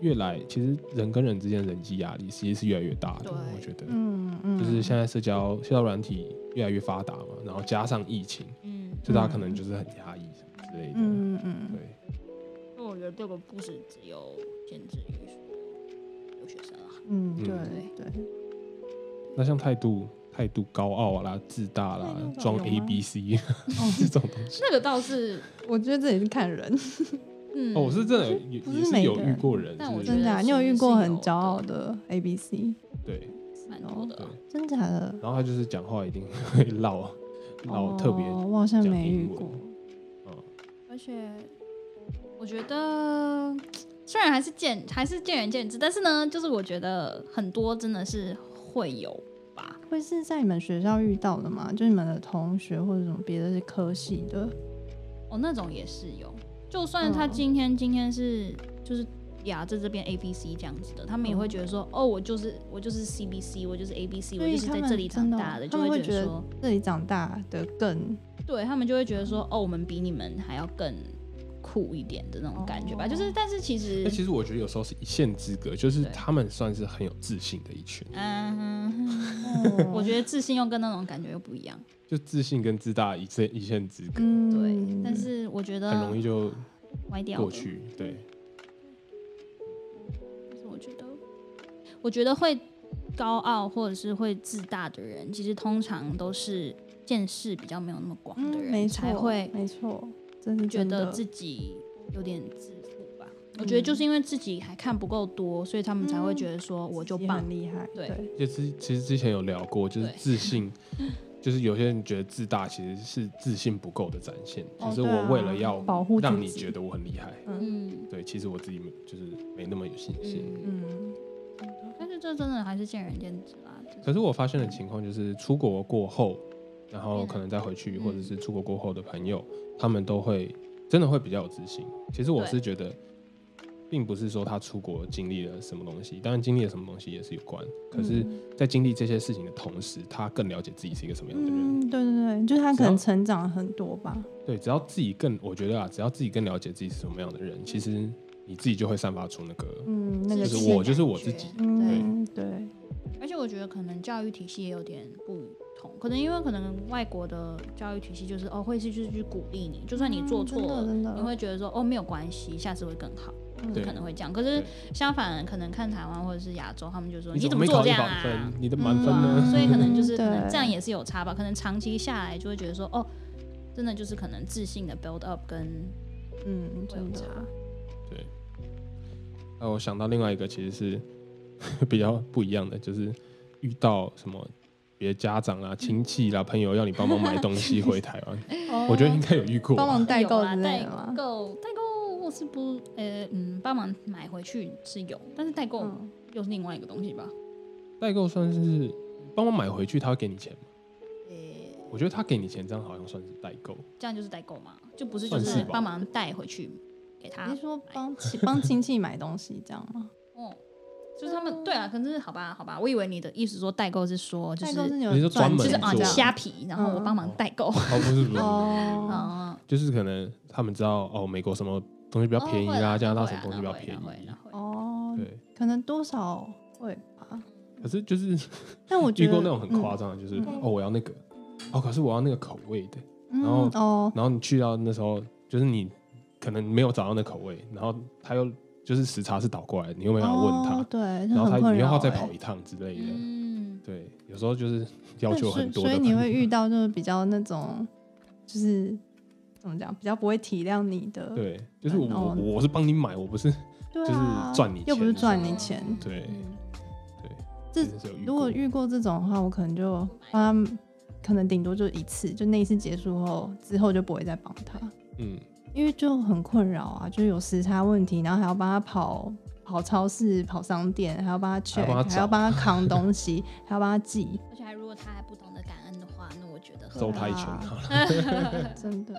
[SPEAKER 1] 越来，其实人跟人之间的人际压力其实是越来越大的，
[SPEAKER 2] 对
[SPEAKER 1] 我觉得。
[SPEAKER 3] 嗯嗯，
[SPEAKER 1] 就是现在社交社交软体越来越发达嘛，然后加上疫情，
[SPEAKER 2] 嗯，
[SPEAKER 1] 就大家可能就是很压抑什么之类的。
[SPEAKER 3] 嗯嗯
[SPEAKER 1] 对，
[SPEAKER 2] 那我觉得这个不是只有限制于说留学生啊，
[SPEAKER 3] 嗯
[SPEAKER 1] 嗯
[SPEAKER 3] 嗯，对对，
[SPEAKER 1] 那像态度、态度高傲啊啦、自大啦
[SPEAKER 3] 态度、高
[SPEAKER 1] 装
[SPEAKER 3] 傲
[SPEAKER 1] A
[SPEAKER 3] 吗
[SPEAKER 1] B C 这种东西。
[SPEAKER 2] 那个倒是
[SPEAKER 3] 我觉得这也是看人，
[SPEAKER 2] 嗯，
[SPEAKER 1] 哦，我是真的也
[SPEAKER 3] 不
[SPEAKER 1] 也
[SPEAKER 3] 是
[SPEAKER 1] 是
[SPEAKER 3] 每
[SPEAKER 1] 有
[SPEAKER 3] 个
[SPEAKER 1] 遇
[SPEAKER 3] 人
[SPEAKER 1] 过人，
[SPEAKER 2] 但我
[SPEAKER 1] 是
[SPEAKER 2] 觉
[SPEAKER 3] 真
[SPEAKER 2] 得
[SPEAKER 3] 的啊，你
[SPEAKER 2] 其
[SPEAKER 3] 有
[SPEAKER 2] 实
[SPEAKER 3] 遇
[SPEAKER 2] 是
[SPEAKER 3] 过很
[SPEAKER 2] 有
[SPEAKER 3] 骄傲
[SPEAKER 2] 的
[SPEAKER 3] 的 A B C，
[SPEAKER 1] 对
[SPEAKER 2] 蛮多的
[SPEAKER 1] 对。。
[SPEAKER 3] 真假的？
[SPEAKER 1] 然后他就是讲话一定 会唠啊唠特别，嗯
[SPEAKER 3] 哦我好像
[SPEAKER 1] 讲
[SPEAKER 3] 没
[SPEAKER 1] 英
[SPEAKER 3] 遇
[SPEAKER 1] 文
[SPEAKER 3] 过。
[SPEAKER 2] 而且我觉得虽然还是见还是见仁见智，但是呢，就是我觉得很多真的是会有吧。
[SPEAKER 3] 会是在你们学校遇到的吗？就你们的同学或者什么别的科系的？
[SPEAKER 2] 哦，那种也是有，就算他
[SPEAKER 3] 嗯
[SPEAKER 2] 今天、今天是就是雅在这边 A B C 这样子的，他们也会
[SPEAKER 3] 嗯
[SPEAKER 2] 觉得说，哦，我就是我就是 C B C，我就是 A B C，我
[SPEAKER 3] 所以
[SPEAKER 2] 就是
[SPEAKER 3] 他
[SPEAKER 2] 在
[SPEAKER 3] 们
[SPEAKER 2] 这里长
[SPEAKER 3] 真的哦
[SPEAKER 2] 大的，
[SPEAKER 3] 他
[SPEAKER 2] 就
[SPEAKER 3] 们会
[SPEAKER 2] 觉
[SPEAKER 3] 觉得
[SPEAKER 2] 说，
[SPEAKER 3] 这里长大的更
[SPEAKER 2] 对他们就会觉得说，哦，我们比你们还要更酷一点的那种感觉吧。
[SPEAKER 3] 哦
[SPEAKER 2] 就是，但是其实
[SPEAKER 1] 那，其实我觉得有时候是一线之隔，就是
[SPEAKER 2] 对
[SPEAKER 1] 他们算是很有自信的一群，
[SPEAKER 2] 嗯，我
[SPEAKER 3] 哦
[SPEAKER 2] 觉得自信又跟那种感觉又不一样。
[SPEAKER 1] 就自信跟自大一线一线之隔，
[SPEAKER 3] 嗯
[SPEAKER 2] 对，但是我觉得
[SPEAKER 1] 很容易就
[SPEAKER 2] 歪掉了
[SPEAKER 1] 过。去。对，
[SPEAKER 2] 但是我觉得，我觉得会高傲或者是会自大的人，其实通常都是见识比较没有那么广
[SPEAKER 3] 嗯
[SPEAKER 2] 的人，
[SPEAKER 3] 没
[SPEAKER 2] 才
[SPEAKER 3] 错
[SPEAKER 2] 会
[SPEAKER 3] 没错，真是
[SPEAKER 2] 觉
[SPEAKER 3] 真
[SPEAKER 2] 得
[SPEAKER 3] 的嗯
[SPEAKER 2] 自己有点自负吧。我觉得就是因为自己还看不够多，所以他们才会觉得说我就
[SPEAKER 3] 自己
[SPEAKER 2] 棒
[SPEAKER 3] 很。厉害，
[SPEAKER 2] 对
[SPEAKER 1] 就
[SPEAKER 3] 对，
[SPEAKER 1] 之其实之前有聊过，就是
[SPEAKER 2] 对
[SPEAKER 1] 自信，就是有些人觉得自大其实是自信不够的展现，
[SPEAKER 3] 哦
[SPEAKER 1] 就是
[SPEAKER 3] 对啊
[SPEAKER 1] 我为了要
[SPEAKER 3] 保护自
[SPEAKER 1] 让你
[SPEAKER 3] 己
[SPEAKER 1] 觉得我很厉害，
[SPEAKER 2] 嗯
[SPEAKER 1] 对，其实我自己没就是没那么有信心。
[SPEAKER 2] 嗯，
[SPEAKER 3] 嗯，
[SPEAKER 2] 但是这真的还是见仁见智啦。就是
[SPEAKER 1] 可是我发现的情况就是，出国过后，然
[SPEAKER 2] 嗯
[SPEAKER 1] 后可能再回去，或者是出国过后的朋友，他们都会真的会比较有自信。其实我
[SPEAKER 2] 对
[SPEAKER 1] 是觉得，并不是说他出国经历了什么东西，当然经历了什么东西也是有关。可是，
[SPEAKER 2] 嗯
[SPEAKER 1] 在经历这些事情的同时，他更了解自己是一个什么样的人。
[SPEAKER 3] 嗯，对对对，就是他
[SPEAKER 1] 只
[SPEAKER 3] 可
[SPEAKER 1] 要
[SPEAKER 3] 能成长了很多吧。
[SPEAKER 1] 对，只要自己更，我觉得啊，只要自己更了解自己是什么样的人，其实你自己就会散发出那个。
[SPEAKER 3] 嗯，那
[SPEAKER 1] 就
[SPEAKER 3] 个
[SPEAKER 1] 是
[SPEAKER 3] 气
[SPEAKER 1] 我就是我自己
[SPEAKER 3] 嗯，对，
[SPEAKER 2] 而且我觉得可能教育体系也有点不同，可能因为可能外国的教育体系就是哦，会是就是去鼓励你，就算你做错
[SPEAKER 3] 嗯
[SPEAKER 2] 了，
[SPEAKER 3] 真的真的嗯
[SPEAKER 2] 你会觉得说哦没有关系，下次会更好，
[SPEAKER 1] 对
[SPEAKER 2] 可能会这样。可是
[SPEAKER 1] 对
[SPEAKER 2] 相反，可能看台湾或者是亚洲，他们就说你
[SPEAKER 1] 怎
[SPEAKER 2] 怎
[SPEAKER 1] 么
[SPEAKER 2] 么
[SPEAKER 1] 没
[SPEAKER 2] 做
[SPEAKER 1] 考
[SPEAKER 2] 这
[SPEAKER 1] 一
[SPEAKER 2] 样
[SPEAKER 1] 百
[SPEAKER 2] 啊
[SPEAKER 1] 分？？你的满分呢？
[SPEAKER 3] 嗯
[SPEAKER 2] 所以可能 就是
[SPEAKER 3] 嗯
[SPEAKER 2] 可能
[SPEAKER 3] 对
[SPEAKER 2] 这样也是有差吧，可能长期下来就会觉得说哦，真的就是可能自信的 build up 跟
[SPEAKER 3] 嗯，
[SPEAKER 2] 会有
[SPEAKER 3] 真的
[SPEAKER 2] 差。
[SPEAKER 1] 对。那呃我想到另外一个其实是 比较不一样的，就是遇到什么别的家长啦、亲戚啦、朋友要你帮忙买东西回台湾，我觉得应该有遇过
[SPEAKER 3] 帮
[SPEAKER 1] 吧。
[SPEAKER 3] 忙代购
[SPEAKER 2] 哎有啦
[SPEAKER 3] 之类
[SPEAKER 2] 代
[SPEAKER 3] 的嘛。
[SPEAKER 2] 购啊代购我是不呃嗯帮忙买回去是有，但是代购
[SPEAKER 3] 嗯
[SPEAKER 2] 又是另外一个东西吧。
[SPEAKER 1] 代购算是帮忙买回去，他会给你钱吗？
[SPEAKER 2] 呃，
[SPEAKER 1] 我觉得他给你钱，这样好像算是代购。
[SPEAKER 2] 这样就是代购嘛，就不是就
[SPEAKER 1] 算
[SPEAKER 2] 是
[SPEAKER 1] 是吧
[SPEAKER 2] 帮忙带回去给
[SPEAKER 3] 你
[SPEAKER 2] 他
[SPEAKER 3] 是。说帮亲帮亲戚买东西这样吗？
[SPEAKER 2] 啊哦，就是他们对啊，可是好吧好吧，我以为你的意思说代购是说就
[SPEAKER 3] 代
[SPEAKER 2] 是
[SPEAKER 3] 购是嗯
[SPEAKER 1] 你是
[SPEAKER 3] 有
[SPEAKER 1] 说专
[SPEAKER 3] 专
[SPEAKER 1] 门
[SPEAKER 2] 就是
[SPEAKER 1] 做的
[SPEAKER 2] 啊你
[SPEAKER 1] 这样
[SPEAKER 2] 虾皮，然后我帮忙代购。
[SPEAKER 1] 哦，不是不是，
[SPEAKER 3] 哦，
[SPEAKER 2] 嗯，
[SPEAKER 1] 就是可能他们知道哦，美国什么东西比
[SPEAKER 2] 比
[SPEAKER 1] 较便宜啦，加拿大什么东西比较便宜。
[SPEAKER 3] 哦，
[SPEAKER 1] 对，
[SPEAKER 3] 可能多少会吧。
[SPEAKER 1] 可是就是
[SPEAKER 3] 但我
[SPEAKER 1] 遇
[SPEAKER 3] 觉得
[SPEAKER 1] 过那种很夸张的，就是
[SPEAKER 3] 嗯
[SPEAKER 1] 哦，我要那个，哦，可是我要那个口味的。
[SPEAKER 3] 嗯，
[SPEAKER 1] 然后
[SPEAKER 3] 嗯哦，
[SPEAKER 1] 然后你去到那时候，就是你可能没有找到那口味，然后他又就是时差是倒过来，你又没办法问他，
[SPEAKER 3] 哦对，
[SPEAKER 1] 然后他
[SPEAKER 3] 这很困
[SPEAKER 1] 你又
[SPEAKER 3] 扰
[SPEAKER 1] 要再
[SPEAKER 3] 欸
[SPEAKER 1] 跑一趟之类的。
[SPEAKER 2] 嗯，
[SPEAKER 1] 对，有时候就是要求很多
[SPEAKER 3] 所
[SPEAKER 1] 的
[SPEAKER 3] 以所以你会
[SPEAKER 1] 朋友。
[SPEAKER 3] 遇到就是比较那种，就是怎么讲，比较不会体谅你的，
[SPEAKER 1] 对，就是我、
[SPEAKER 3] 然后
[SPEAKER 1] 我是帮你买，我不是
[SPEAKER 3] 对
[SPEAKER 1] 就是
[SPEAKER 3] 啊，
[SPEAKER 1] 赚你
[SPEAKER 3] 又不
[SPEAKER 1] 钱
[SPEAKER 3] 是
[SPEAKER 1] 的
[SPEAKER 3] 赚
[SPEAKER 1] 那
[SPEAKER 3] 你
[SPEAKER 1] 种
[SPEAKER 3] 钱。
[SPEAKER 1] 对
[SPEAKER 2] 嗯
[SPEAKER 1] 对，
[SPEAKER 3] 这
[SPEAKER 1] 真的是有遇
[SPEAKER 3] 如果
[SPEAKER 1] 过
[SPEAKER 3] 遇过这种的话，我可能就帮他，可能顶多就一次，就那一次结束后，之后就不会再帮他，
[SPEAKER 1] 嗯，
[SPEAKER 3] 因为就很困扰啊，就有时差问题，然后还要帮他跑跑超市、跑商店，还要帮
[SPEAKER 1] 还
[SPEAKER 3] 他
[SPEAKER 1] 要
[SPEAKER 3] check，
[SPEAKER 1] 帮他
[SPEAKER 3] 还要
[SPEAKER 1] 找
[SPEAKER 3] 帮他扛东西，还要帮他寄，
[SPEAKER 2] 而且还如果他还不懂得感恩的话，那我觉得很
[SPEAKER 1] 走
[SPEAKER 3] 走
[SPEAKER 1] 他
[SPEAKER 3] 他
[SPEAKER 1] 一
[SPEAKER 3] 一
[SPEAKER 1] 圈
[SPEAKER 3] 圈好
[SPEAKER 1] 好了。
[SPEAKER 3] 啊 真的。